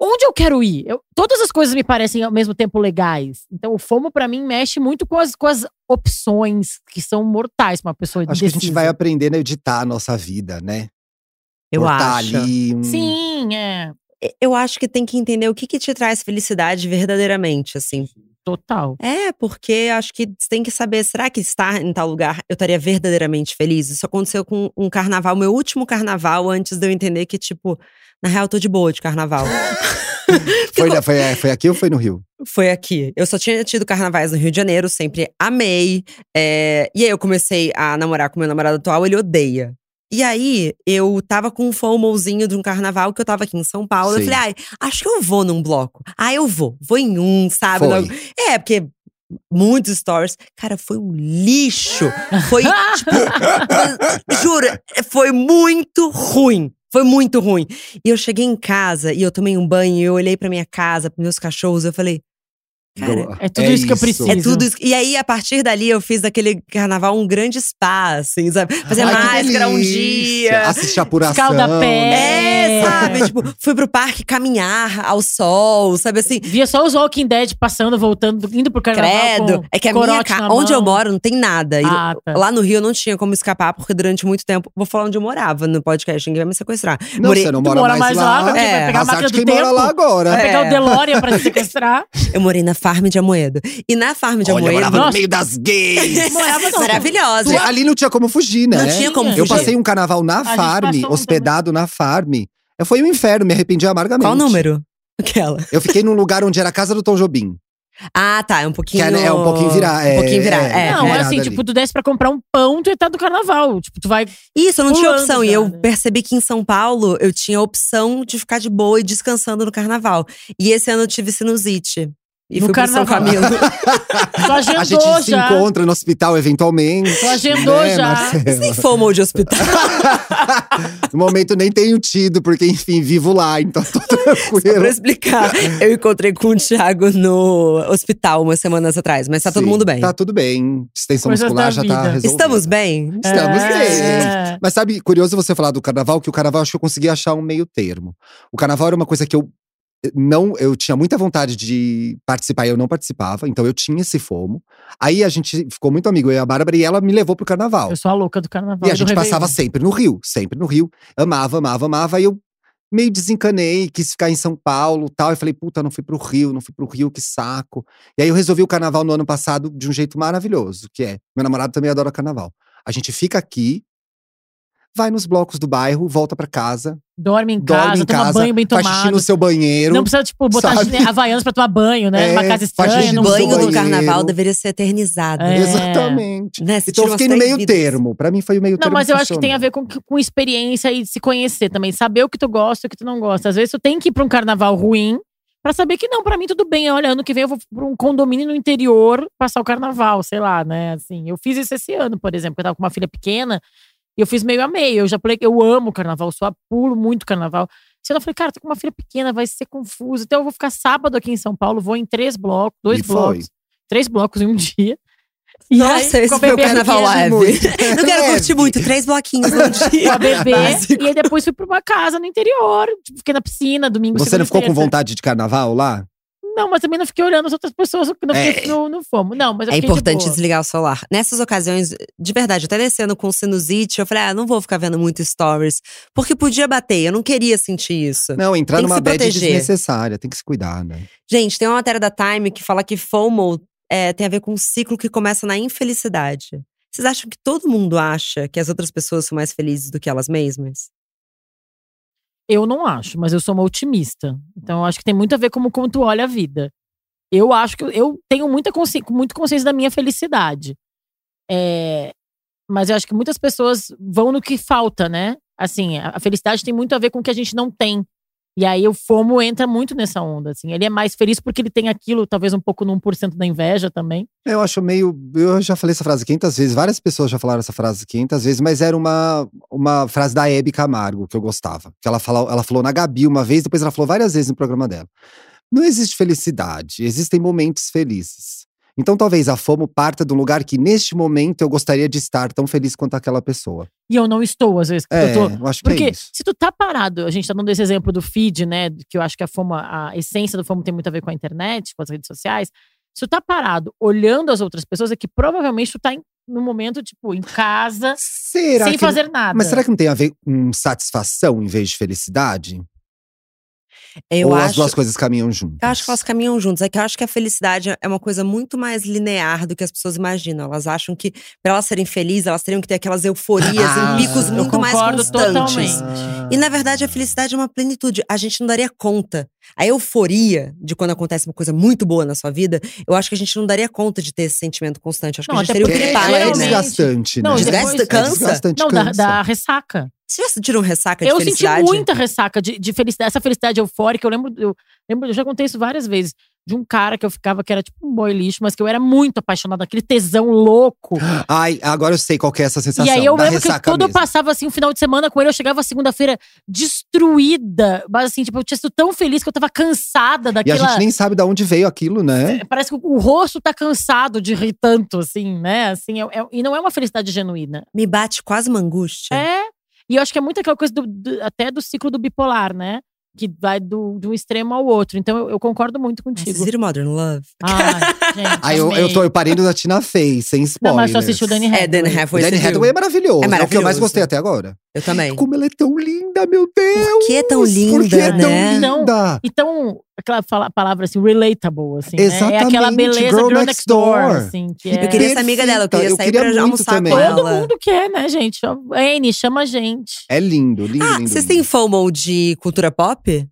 Speaker 3: onde eu quero ir? Eu- todas as coisas me parecem ao mesmo tempo legais. Então, o FOMO, pra mim, mexe muito com as, com as opções que são mortais pra uma pessoa
Speaker 2: Acho que a gente
Speaker 3: indecisa.
Speaker 2: vai aprendendo a editar a nossa vida, né?
Speaker 1: Eu
Speaker 2: Cortar
Speaker 1: acho.
Speaker 2: ali um-
Speaker 3: Sim, é.
Speaker 1: Eu acho que tem que entender o que, que te traz felicidade verdadeiramente, assim.
Speaker 3: Total.
Speaker 1: É, porque acho que você tem que saber, será que estar em tal lugar eu estaria verdadeiramente feliz? Isso aconteceu com um carnaval, meu último carnaval, antes de eu entender que, tipo, na real, eu tô de boa de carnaval.
Speaker 2: Foi, na- foi, é, foi aqui ou foi no Rio?
Speaker 1: Foi aqui. Eu só tinha tido carnavais no Rio de Janeiro, sempre amei. É, E aí eu comecei a namorar com meu namorado atual, ele odeia. E aí, eu tava com um fomozinho de um carnaval que eu tava aqui em São Paulo. Eu
Speaker 2: Sim.
Speaker 1: falei, ai, acho que eu vou num bloco. Ah, eu vou. Vou em um,
Speaker 3: Ah,
Speaker 1: sabe?
Speaker 2: foi.
Speaker 1: Logo- É, porque muitos stories. Cara, foi um lixo. Foi, tipo, juro, foi muito ruim. Foi muito ruim. E eu cheguei em casa e eu tomei um banho, e eu olhei pra minha casa, pros meus cachorros, e eu falei. Cara,
Speaker 2: Boa.
Speaker 3: é tudo isso que eu preciso.
Speaker 1: é tudo isso. E aí, a partir dali, eu fiz daquele carnaval um grande spa, assim, sabe? Fazer
Speaker 2: Ai, que
Speaker 1: máscara um
Speaker 2: delícia. Assim,
Speaker 1: dia.
Speaker 2: Assistir a apuração.
Speaker 3: Escaldapé.
Speaker 2: né?
Speaker 1: É,
Speaker 3: É.
Speaker 1: sabe? Tipo, fui pro parque caminhar ao sol, sabe assim?
Speaker 3: Via só os Walking Dead passando, voltando, indo pro carnaval.
Speaker 1: Credo.
Speaker 3: com
Speaker 1: É que a minha
Speaker 3: corote
Speaker 1: casa,
Speaker 3: na
Speaker 1: onde eu
Speaker 3: mão.
Speaker 1: moro, não tem nada. E
Speaker 3: Ah, tá.
Speaker 1: Lá no Rio eu não tinha como escapar, porque durante muito tempo. Vou falar onde eu morava no podcast, ninguém vai me sequestrar.
Speaker 2: Não,
Speaker 1: Morei-
Speaker 2: você não
Speaker 3: Tu
Speaker 2: mora,
Speaker 3: mora
Speaker 2: mais
Speaker 3: mais lá,
Speaker 2: lá. é.
Speaker 3: porque
Speaker 1: vai pegar
Speaker 3: a
Speaker 2: Azar
Speaker 3: máquina
Speaker 2: de quem
Speaker 3: do
Speaker 2: mora
Speaker 3: tempo.
Speaker 2: lá agora.
Speaker 3: Vai
Speaker 1: É.
Speaker 3: pegar o DeLorean pra te sequestrar.
Speaker 1: Eu morei na Farm de Amoedo. E na Farm de
Speaker 2: Olha,
Speaker 1: Amoedo.
Speaker 2: eu morava no
Speaker 3: Nossa.
Speaker 2: meio das gays.
Speaker 3: Morava não.
Speaker 1: maravilhosa.
Speaker 2: Gente, Ali não tinha como fugir, né?
Speaker 1: Não tinha como
Speaker 2: Eu
Speaker 1: fugir.
Speaker 2: passei um carnaval na
Speaker 3: gente
Speaker 2: farm,
Speaker 3: passou um
Speaker 2: hospedado na farm. Eu- Foi um inferno, me arrependi amargamente.
Speaker 1: Qual número? Aquela.
Speaker 2: Eu fiquei num lugar onde era a casa do Tom Jobim.
Speaker 1: Ah, tá. É um pouquinho.
Speaker 2: Que é- é um pouquinho virar, é,
Speaker 1: um pouquinho virar. É,
Speaker 3: não,
Speaker 1: é.
Speaker 2: virado
Speaker 3: assim,
Speaker 2: ali.
Speaker 3: tipo, tu desce pra comprar um pão, tu ia tá do carnaval. Tipo, tu vai.
Speaker 1: Isso, eu não tinha
Speaker 3: pulando,
Speaker 1: opção. E eu
Speaker 3: cara.
Speaker 1: percebi que em São Paulo eu tinha a opção de ficar de boa e descansando no carnaval. E esse ano eu tive sinusite. E
Speaker 3: No
Speaker 1: fui pro São
Speaker 3: carnaval.
Speaker 1: Camilo.
Speaker 3: Tu agendou
Speaker 2: a gente se
Speaker 3: já.
Speaker 2: encontra no hospital, eventualmente.
Speaker 3: Tu agendou
Speaker 2: né,
Speaker 3: já.
Speaker 2: Marcela?
Speaker 1: Nem fomo de hospital.
Speaker 2: No momento nem tenho tido, porque, enfim, vivo lá, então tô
Speaker 1: Só pra
Speaker 2: tranquilo.
Speaker 1: explicar, eu encontrei com o Thiago no hospital umas semanas atrás, mas tá todo
Speaker 2: Sim,
Speaker 1: mundo bem.
Speaker 2: Tá tudo bem. Distensão
Speaker 3: Coisas da
Speaker 2: muscular já tá
Speaker 3: vida.
Speaker 2: resolvida.
Speaker 1: Estamos bem?
Speaker 2: Estamos bem.
Speaker 3: É.
Speaker 2: Mas sabe, curioso você falar do carnaval, que o carnaval acho que eu consegui achar um meio termo. O carnaval era uma coisa que eu eh, não, eu tinha muita vontade de participar e eu não participava, então eu tinha esse fomo. Aí a gente ficou muito amigo, eu e a Bárbara, e ela me levou pro carnaval.
Speaker 3: Eu sou a louca do carnaval.
Speaker 2: E a
Speaker 3: do
Speaker 2: gente
Speaker 3: Réveillon.
Speaker 2: passava sempre no Rio, sempre no Rio. Amava, amava, amava. E eu meio desencanei, quis ficar em São Paulo tal. E falei, puta, não fui pro Rio, não fui pro Rio, que saco. E aí eu resolvi o carnaval no ano passado de um jeito maravilhoso, que é. Meu namorado também adora carnaval. A gente fica aqui, vai nos blocos do bairro, volta pra casa,
Speaker 3: Dorme em
Speaker 2: dorme
Speaker 3: casa,
Speaker 2: em
Speaker 3: toma
Speaker 2: casa,
Speaker 3: banho bem
Speaker 2: faz xixi
Speaker 3: tomado.
Speaker 2: no seu banheiro.
Speaker 3: Não precisa, tipo, botar
Speaker 2: sabe?
Speaker 3: gine- havaianas pra tomar banho, né?
Speaker 2: É,
Speaker 3: Numa casa
Speaker 2: faz
Speaker 3: estranha.
Speaker 2: xixi
Speaker 1: O
Speaker 3: num
Speaker 2: no
Speaker 1: banho do
Speaker 2: banheiro.
Speaker 1: carnaval deveria ser eternizado.
Speaker 3: É.
Speaker 2: Exatamente.
Speaker 1: Né? Se
Speaker 2: Então eu
Speaker 1: tira
Speaker 2: fiquei
Speaker 1: umas três
Speaker 2: no meio
Speaker 1: vidas.
Speaker 2: termo. Pra mim foi o meio termo.
Speaker 3: Não, mas
Speaker 2: que
Speaker 3: eu acho que tem
Speaker 2: funciona.
Speaker 3: a ver com, com experiência e se conhecer também. Saber o que tu gosta e o que tu não gosta. Às vezes tu tem que ir pra um carnaval ruim pra saber que não, pra mim tudo bem. Olha, ano que vem eu vou pra um condomínio no interior passar o carnaval, sei lá, né? Assim, eu fiz isso esse ano, por exemplo, que eu tava com uma filha pequena e eu fiz meio a meio. Eu já falei que eu amo carnaval, eu sou a pulo muito carnaval. Esse ano eu falei, cara, tô com uma filha pequena, vai ser confuso. Então eu vou ficar sábado aqui em São Paulo, vou em três blocos, dois
Speaker 2: E foi.
Speaker 3: blocos, três blocos em um dia. E
Speaker 1: Nossa,
Speaker 3: aí,
Speaker 1: esse
Speaker 3: com a
Speaker 1: foi o
Speaker 3: bebê
Speaker 1: carnaval
Speaker 3: pequena,
Speaker 1: leve.
Speaker 2: muito.
Speaker 1: Não
Speaker 2: É.
Speaker 1: quero curtir muito, três bloquinhos no
Speaker 3: com a
Speaker 1: dia.
Speaker 3: bebê.
Speaker 1: Básico.
Speaker 3: e aí depois fui pra uma casa no interior. tipo, Fiquei na piscina, domingo,
Speaker 2: Você
Speaker 3: segunda
Speaker 2: não
Speaker 3: e
Speaker 2: ficou com
Speaker 3: terça.
Speaker 2: vontade de carnaval lá?
Speaker 3: Não, mas também não fiquei olhando as outras pessoas. Não,
Speaker 2: É.
Speaker 3: fiquei, não, não fomos. Não, mas eu
Speaker 1: É
Speaker 3: fiquei de
Speaker 1: importante
Speaker 3: boa.
Speaker 1: desligar o celular. Nessas ocasiões, de verdade, eu até descendo com sinusite, eu falei, ah, não vou ficar vendo muito stories. Porque podia bater, eu não queria sentir isso.
Speaker 2: Não, entrar
Speaker 1: Tem que
Speaker 2: numa
Speaker 1: se
Speaker 2: bad é
Speaker 1: proteger.
Speaker 2: desnecessária, tem que se cuidar, né?
Speaker 1: Gente, tem uma matéria da Time que fala que FOMO é, tem a ver com um ciclo que começa na infelicidade. Vocês acham que todo mundo acha que as outras pessoas são mais felizes do que elas mesmas?
Speaker 3: Eu não acho, mas eu sou uma otimista. Então eu acho que tem muito a ver como, como tu olha a vida. Eu acho que eu- eu tenho muita consci muito consciência da minha felicidade. É, mas eu acho que muitas pessoas vão no que falta, né? Assim, a a felicidade tem muito a ver com o que a gente não tem. E aí o FOMO entra muito nessa onda, assim. Ele é mais feliz porque ele tem aquilo, talvez um pouco no 1% da inveja também.
Speaker 2: Eu acho meio. Eu já falei essa frase 500 vezes, várias pessoas já falaram essa frase 500 vezes, mas era uma, uma frase da Hebe Camargo que eu gostava. Que ela, fala, ela falou na Gabi uma vez, depois ela falou várias vezes no programa dela. Não existe felicidade, existem momentos felizes. Então talvez a FOMO parta de um lugar que neste momento eu gostaria de estar tão feliz quanto aquela pessoa.
Speaker 3: E eu não estou, às vezes.
Speaker 2: É,
Speaker 3: Eu tô,
Speaker 2: eu acho que
Speaker 3: porque
Speaker 2: é isso.
Speaker 3: se tu tá parado, a gente tá dando esse exemplo do feed, né? Que eu acho que a fama, a essência do fama tem muito a ver com a internet, com as redes sociais. Se tu tá parado olhando as outras pessoas, é que provavelmente tu tá em, no momento, tipo, em casa,
Speaker 2: Será
Speaker 3: sem
Speaker 2: que
Speaker 3: fazer nada.
Speaker 2: Mas será que não tem a ver com satisfação em vez de felicidade?
Speaker 1: Eu
Speaker 2: Ou as
Speaker 1: acho.
Speaker 2: duas coisas caminham juntas?
Speaker 1: Eu acho que elas caminham juntas. É que eu acho que a felicidade é uma coisa muito mais linear do que as pessoas imaginam. Elas acham que, pra elas serem felizes, elas teriam que ter aquelas euforias
Speaker 2: Ah,
Speaker 1: em picos
Speaker 2: eu
Speaker 1: muito mais
Speaker 3: concordo
Speaker 1: constantes.
Speaker 3: totalmente.
Speaker 1: E na verdade, a felicidade é uma plenitude. A gente não daria conta. A euforia de quando acontece uma coisa muito boa na sua vida, eu acho que a gente não daria conta de ter esse sentimento constante. Eu acho
Speaker 3: Não,
Speaker 1: que a gente
Speaker 3: até
Speaker 1: teria o
Speaker 3: porque
Speaker 1: que
Speaker 2: é,
Speaker 1: limpar.
Speaker 2: é
Speaker 3: geralmente-
Speaker 2: desgastante, né?
Speaker 3: Não,
Speaker 1: Desgasta,
Speaker 2: Desgastante,
Speaker 1: cansa?
Speaker 2: É desgastante,
Speaker 3: Não, da,
Speaker 2: cansa.
Speaker 3: da ressaca.
Speaker 1: Vocês já sentiram um ressaca de
Speaker 3: Eu senti
Speaker 1: felicidade?
Speaker 3: muita ressaca de, de felicidade, essa felicidade eufórica. Eu lembro, eu lembro, eu já contei isso várias vezes. De um cara que eu ficava, que era tipo um boy lixo, mas que eu era muito apaixonada, aquele tesão louco.
Speaker 2: Ai, agora eu sei qual que é essa sensação.
Speaker 3: E aí eu
Speaker 2: da
Speaker 3: lembro que eu-
Speaker 2: ressaca
Speaker 3: quando eu
Speaker 2: mesmo.
Speaker 3: passava assim um final de semana com ele, eu chegava segunda-feira destruída. Mas assim, tipo, eu tinha sido tão feliz que eu tava cansada
Speaker 2: E a
Speaker 3: daquela.
Speaker 2: gente nem sabe de onde veio aquilo, né?
Speaker 3: Parece que o, o rosto tá cansado de rir tanto, assim, né? Assim, é- é- e não é uma felicidade genuína.
Speaker 1: Me bate quase uma angústia.
Speaker 3: É. E eu acho que é muito aquela coisa do- do- até do ciclo do bipolar, né? Que vai do, de um extremo ao outro. Então eu, eu concordo muito
Speaker 1: Ai, Vocês
Speaker 3: contigo.
Speaker 1: viram Modern Love?
Speaker 3: Ai, gente.
Speaker 2: Aí eu, eu tô eu parei da Tina Fey, sem
Speaker 3: Não,
Speaker 2: spoiler.
Speaker 3: mas só assisti o Danny
Speaker 1: É,
Speaker 3: Hathaway.
Speaker 1: Dan
Speaker 2: O
Speaker 1: Hathaway.
Speaker 2: Danny
Speaker 1: você viu?
Speaker 2: Hathaway é maravilhoso.
Speaker 1: É
Speaker 2: É o que eu mais
Speaker 1: maravilhoso.
Speaker 2: gostei até agora.
Speaker 1: Eu também.
Speaker 2: Como ela é tão linda, meu Deus!
Speaker 1: Por que é tão linda,
Speaker 2: Por que é tão
Speaker 1: né?
Speaker 3: Não.
Speaker 2: linda?
Speaker 3: Então, aquela fala- palavra assim, relatable, assim. né? É aquela
Speaker 2: Exatamente,
Speaker 3: beleza
Speaker 2: Girl
Speaker 3: girl next,
Speaker 2: Next
Speaker 3: door,
Speaker 2: Door.
Speaker 3: assim. Que é-
Speaker 1: Eu queria ser amiga dela, eu queria
Speaker 2: Perfeita, eu
Speaker 1: sair
Speaker 2: queria
Speaker 1: pra
Speaker 2: muito
Speaker 1: almoçar
Speaker 2: também.
Speaker 1: com ela.
Speaker 3: Todo mundo quer, né, gente? Anne, chama a gente.
Speaker 2: É lindo, lindo,
Speaker 1: Ah,
Speaker 2: lindo.
Speaker 1: vocês
Speaker 2: lindo.
Speaker 1: têm FOMO de cultura pop?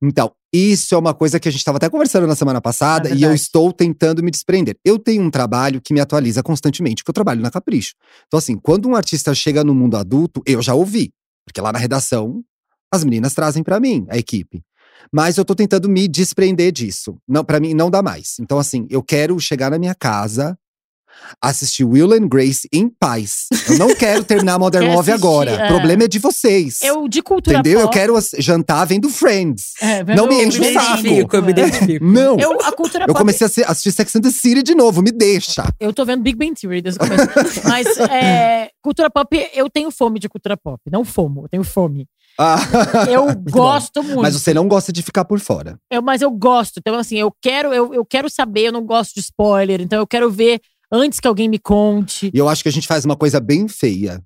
Speaker 2: Então, isso é uma coisa que a gente estava até conversando na semana passada
Speaker 3: É
Speaker 2: e eu
Speaker 3: verdade.
Speaker 2: estou tentando me desprender. Eu tenho um trabalho que me atualiza constantemente, porque eu trabalho na Capricho. Então, assim, quando um artista chega no mundo adulto, eu já ouvi, porque lá na redação as meninas trazem pra mim, a equipe. Mas eu tô tentando me desprender disso. Não, para mim não dá mais. Então, assim, eu quero chegar na minha casa, assistir Will and Grace em paz. Eu não quero terminar Modern
Speaker 3: Quer
Speaker 2: Love
Speaker 3: assistir,
Speaker 2: agora. O
Speaker 3: é.
Speaker 2: problema é de vocês.
Speaker 3: Eu, de cultura
Speaker 2: Entendeu? Eu
Speaker 3: pop…
Speaker 2: quero as- jantar vendo Friends.
Speaker 3: É,
Speaker 2: Não me
Speaker 3: eu-
Speaker 2: enche o
Speaker 3: eu-
Speaker 2: saco.
Speaker 1: eu me identifico.
Speaker 2: Não! Eu,
Speaker 3: Eu, a cultura pop…
Speaker 2: comecei a se- assistir Sex and the City de novo, me deixa.
Speaker 3: Eu tô vendo Big Bang Theory desde o começo. Mas é, cultura pop, eu tenho fome de cultura pop. Não fomo, eu tenho fome.
Speaker 2: Ah.
Speaker 3: Eu
Speaker 2: Muito bom.
Speaker 3: gosto muito.
Speaker 2: Mas você não gosta de ficar por fora.
Speaker 3: Eu- mas eu gosto. Então, assim, eu quero, eu, eu quero saber, eu não gosto de spoiler. Então, eu quero ver antes que alguém me conte.
Speaker 2: E eu acho que a gente faz uma coisa bem feia.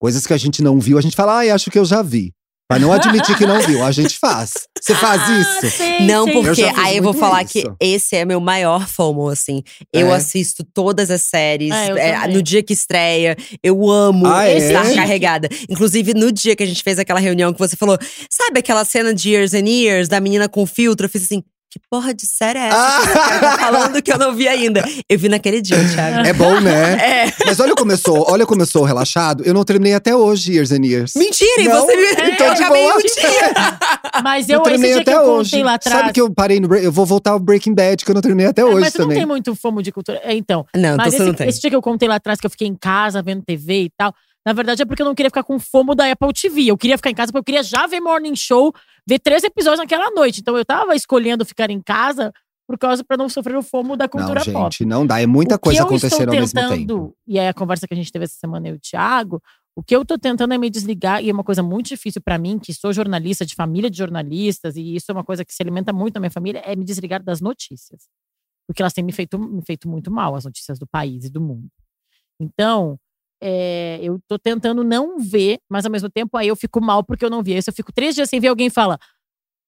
Speaker 2: Coisas que a gente não viu, a gente fala, ai, acho que eu já vi. Pra não admitir que não viu, a gente faz. Você faz
Speaker 3: Ah,
Speaker 2: isso?
Speaker 3: sei,
Speaker 1: Não,
Speaker 3: sei,
Speaker 1: porque
Speaker 2: Eu já fiz
Speaker 1: aí eu vou
Speaker 2: muito
Speaker 1: falar
Speaker 2: isso.
Speaker 1: que esse é meu maior FOMO, assim. Eu
Speaker 2: É.
Speaker 1: assisto todas as séries
Speaker 3: É, eu
Speaker 1: é,
Speaker 3: também.
Speaker 1: no dia que estreia. Eu amo
Speaker 2: Ah, é?
Speaker 1: estar
Speaker 2: Esse-
Speaker 1: carregada. Inclusive, no dia que a gente fez aquela reunião que você falou, sabe aquela cena de Years and Years, da menina com filtro? Eu fiz assim. Que porra de série é essa? que esse cara tá falando que eu não vi ainda. Eu vi naquele dia, Thiago.
Speaker 2: É bom, né?
Speaker 1: É.
Speaker 2: Mas olha como eu sou, olha como eu sou relaxado. Eu não terminei até hoje, Years and Years.
Speaker 1: Mentira, e
Speaker 2: Não?
Speaker 1: você me.
Speaker 2: É,
Speaker 1: eu
Speaker 2: tô de
Speaker 1: acabei
Speaker 2: boa.
Speaker 1: o dia.
Speaker 3: Mas
Speaker 2: Eu
Speaker 3: eu, um esse
Speaker 2: terminei
Speaker 3: dia que
Speaker 2: até
Speaker 3: eu contei
Speaker 2: hoje.
Speaker 3: lá atrás…
Speaker 2: Sabe que eu parei no. Bre- Eu vou voltar ao Breaking Bad, que eu não terminei até
Speaker 3: É,
Speaker 2: hoje
Speaker 3: mas tu não
Speaker 2: também.
Speaker 3: tem muito fomo de cultura. É, Então,
Speaker 1: Não, então
Speaker 3: mas
Speaker 1: você
Speaker 3: esse,
Speaker 1: não tem.
Speaker 3: esse dia que eu contei lá atrás que eu fiquei em casa vendo TV e tal, na verdade é porque eu não queria ficar com fomo da Apple TV. Eu queria ficar em casa porque eu queria já ver Morning Show, ver três episódios naquela noite. Então eu tava escolhendo ficar em casa por causa para não sofrer o fomo da cultura
Speaker 2: não, gente,
Speaker 3: pop.
Speaker 2: não dá. É muita
Speaker 3: O que
Speaker 2: coisa
Speaker 3: eu estou
Speaker 2: acontecendo ao mesmo
Speaker 3: tentando,
Speaker 2: tempo.
Speaker 3: E é a conversa que a gente teve essa semana, eu e o Thiago. O que eu tô tentando é me desligar, e é uma coisa muito difícil pra mim, que sou jornalista, de família de jornalistas, e isso é uma coisa que se alimenta muito na minha família, é me desligar das notícias. Porque elas têm me feito, me feito muito mal, as notícias do país e do mundo. Então, é, eu tô tentando não ver, mas ao mesmo tempo aí eu fico mal porque eu não vi. Aí se eu fico três dias sem ver, alguém fala,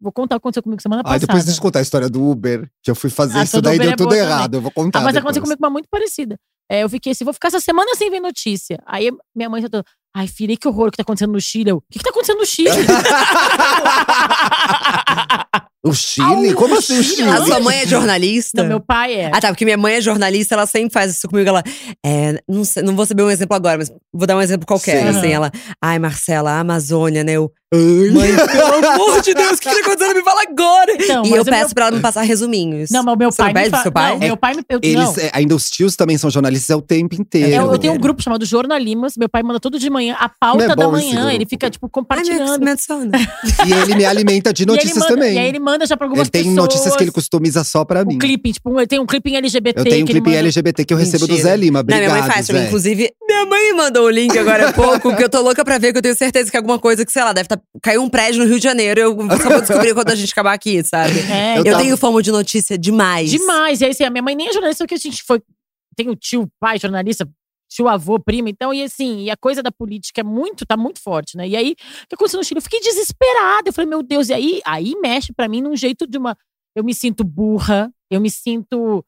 Speaker 3: vou contar o que aconteceu comigo semana
Speaker 2: Aí
Speaker 3: passada.
Speaker 2: depois deixa eu contar a história do Uber, que eu fui fazer
Speaker 3: Ah,
Speaker 2: isso
Speaker 3: todo
Speaker 2: daí
Speaker 3: Uber
Speaker 2: deu
Speaker 3: é
Speaker 2: tudo
Speaker 3: boa
Speaker 2: errado. Eu vou contar.
Speaker 3: Ah, mas
Speaker 2: depois.
Speaker 3: aconteceu comigo uma muito parecida. É, eu fiquei assim, vou ficar essa semana sem ver notícia. Aí minha mãe já tô, ai filha, que horror que tá acontecendo no Chile. Eu, o que que tá acontecendo no Chile?
Speaker 2: O Chile?
Speaker 3: Au,
Speaker 2: Como
Speaker 3: Ah, o
Speaker 2: assim o Chile?
Speaker 3: Chile? um
Speaker 1: A sua mãe é jornalista?
Speaker 3: Não, meu pai é.
Speaker 1: Ah, tá, porque minha mãe é jornalista, ela sempre faz isso comigo. Ela, é, não, sei- não vou saber um exemplo agora, mas vou dar um exemplo qualquer.
Speaker 2: Sim.
Speaker 1: Assim, ela, ai, Marcela, a Amazônia, né? Eu,
Speaker 2: Ai,
Speaker 1: mãe, pelo amor de Deus, o que tá acontecendo? Me fala agora!
Speaker 3: Então,
Speaker 1: e
Speaker 3: mas
Speaker 1: eu
Speaker 3: o
Speaker 1: peço
Speaker 3: meu-
Speaker 1: pra ela me passar resuminhos.
Speaker 3: Não, mas o meu
Speaker 1: Você não
Speaker 3: pai me
Speaker 1: pede pro
Speaker 3: fa-
Speaker 1: seu pai?
Speaker 3: Não, meu pai me. Eu,
Speaker 2: Eles,
Speaker 3: não.
Speaker 2: é, ainda os tios também são jornalistas, é o tempo inteiro.
Speaker 3: Eu, eu tenho um grupo chamado Jornalimas, meu pai manda todo de manhã, a
Speaker 2: Não
Speaker 3: pauta
Speaker 2: é
Speaker 3: da
Speaker 2: bom esse
Speaker 3: manhã, ele
Speaker 2: grupo.
Speaker 3: fica, tipo,
Speaker 1: Ai, meu
Speaker 3: compartilhando.
Speaker 1: aquecimento de sono.
Speaker 2: E ele me alimenta de
Speaker 3: e, ele
Speaker 2: é notícias
Speaker 3: manda,
Speaker 2: também.
Speaker 3: e aí ele manda já pra algumas
Speaker 2: Ele tem
Speaker 3: pessoas.
Speaker 2: notícias que ele customiza só pra mim.
Speaker 3: O clipe, tipo, um- tem um clipe em LGBT.
Speaker 2: eu tenho um
Speaker 3: que ele
Speaker 2: clipe
Speaker 3: manda.
Speaker 2: LGBT que eu recebo do
Speaker 1: Mentira.
Speaker 2: Zé Lima.
Speaker 1: Não,
Speaker 2: Obrigado,
Speaker 1: minha mãe faz pra mim.
Speaker 2: Zé.
Speaker 1: Inclusive, minha mãe me mandou mandou o link agora há pouco, que eu tô louca pra ver, que eu tenho certeza que é alguma coisa que, sei lá, deve tá, caiu um prédio no Rio de Janeiro. Eu só vou descobrir quando a gente acabar aqui, sabe?
Speaker 3: É,
Speaker 1: Eu,
Speaker 2: Eu tava-
Speaker 1: tenho fome de notícia demais.
Speaker 3: demais. E aí, assim, a minha mãe nem é jornalista, porque a gente foi. Tem o tio, pai, jornalista, tio, avô, primo. Então, e assim, e a coisa da política é muito, tá muito forte, né? E aí, o que aconteceu no Chile? Eu fiquei desesperada. Eu falei, meu Deus, e aí, aí mexe pra mim num jeito de uma. Eu me sinto burra, eu me sinto.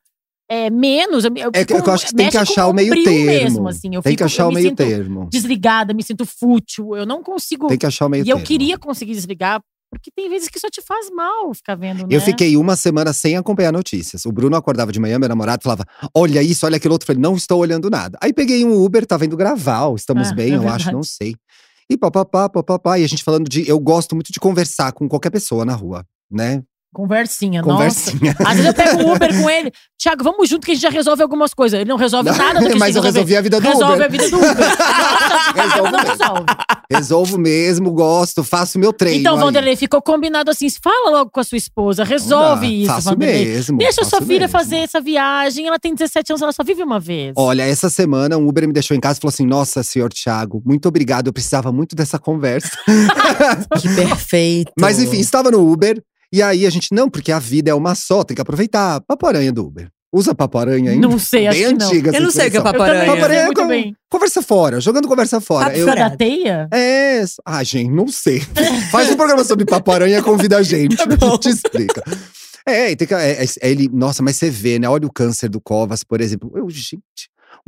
Speaker 3: é, menos. Eu,
Speaker 2: É que-
Speaker 3: fico-
Speaker 2: eu acho que tem que
Speaker 3: mexe com
Speaker 2: achar o meio
Speaker 3: brilho
Speaker 2: termo.
Speaker 3: Mesmo, assim. eu
Speaker 2: Tem
Speaker 3: fico-
Speaker 2: que achar
Speaker 3: eu
Speaker 2: o
Speaker 3: me
Speaker 2: meio
Speaker 3: sinto
Speaker 2: termo.
Speaker 3: Desligada, me sinto fútil. Eu não consigo.
Speaker 2: Tem que achar o meio
Speaker 3: E eu
Speaker 2: termo.
Speaker 3: queria conseguir desligar, porque tem vezes que só te faz mal ficar vendo, né?
Speaker 2: Eu fiquei uma semana sem acompanhar notícias. O Bruno acordava de manhã, meu namorado falava: Olha isso, olha aquilo outro. Eu Falei, não estou olhando nada. Aí peguei um Uber, tava indo gravar, o estamos
Speaker 3: Ah,
Speaker 2: bem,
Speaker 3: é
Speaker 2: eu acho, não sei. E papapá, papapá. E a gente falando de. Eu gosto muito de conversar com qualquer pessoa na rua, né?
Speaker 3: Conversinha, É, nossa.
Speaker 2: Conversinha.
Speaker 3: Às vezes eu pego um Uber com ele. Tiago, vamos junto que a gente já resolve algumas coisas. Ele não resolve nada do que
Speaker 2: Mas
Speaker 3: a
Speaker 2: eu
Speaker 3: gente tem que resolver.
Speaker 2: resolvi a vida do
Speaker 3: Resolve a
Speaker 2: Uber.
Speaker 3: vida do Uber. Nossa,
Speaker 2: Resolve
Speaker 3: não
Speaker 2: mesmo.
Speaker 3: resolve.
Speaker 2: Resolvo mesmo, gosto, faço meu treino.
Speaker 3: Então,
Speaker 2: aí.
Speaker 3: Vanderlei, ficou combinado assim. Fala logo com a sua esposa.
Speaker 2: Não dá.
Speaker 3: Resolve isso,
Speaker 2: Faço
Speaker 3: Vanderlei.
Speaker 2: mesmo.
Speaker 3: Deixa a sua
Speaker 2: faço
Speaker 3: filha
Speaker 2: mesmo.
Speaker 3: fazer essa viagem. Ela tem 17 anos, ela só vive uma vez.
Speaker 2: Olha, essa semana um Uber me deixou em casa e falou assim: Nossa, senhor Thiago, muito obrigado, eu precisava muito dessa conversa.
Speaker 1: Que perfeito.
Speaker 2: Mas enfim, estava no Uber. E aí a gente, não, porque a vida é uma só, tem que aproveitar. Paparanha do Uber. Usa paparanha ainda.
Speaker 3: não sei, acho
Speaker 2: Bem
Speaker 3: que não.
Speaker 2: antiga essa
Speaker 1: Eu não sei o que é
Speaker 2: expressão.
Speaker 3: Eu
Speaker 1: paparanha.
Speaker 3: também não
Speaker 2: Paparanha
Speaker 3: sei
Speaker 2: é
Speaker 3: muito
Speaker 2: como-
Speaker 3: bem.
Speaker 2: Conversa fora, jogando conversa fora.
Speaker 1: Papo
Speaker 2: Eu,
Speaker 1: fora.
Speaker 3: Da teia?
Speaker 2: é. Ah, gente, não sei. Faz um programa sobre paparanha, convida a gente.
Speaker 3: Tá
Speaker 2: a gente te explica. É, e tem que, é, é- é ele. Nossa, mas você vê, né? Olha o câncer do Covas, por exemplo. Eu, gente, o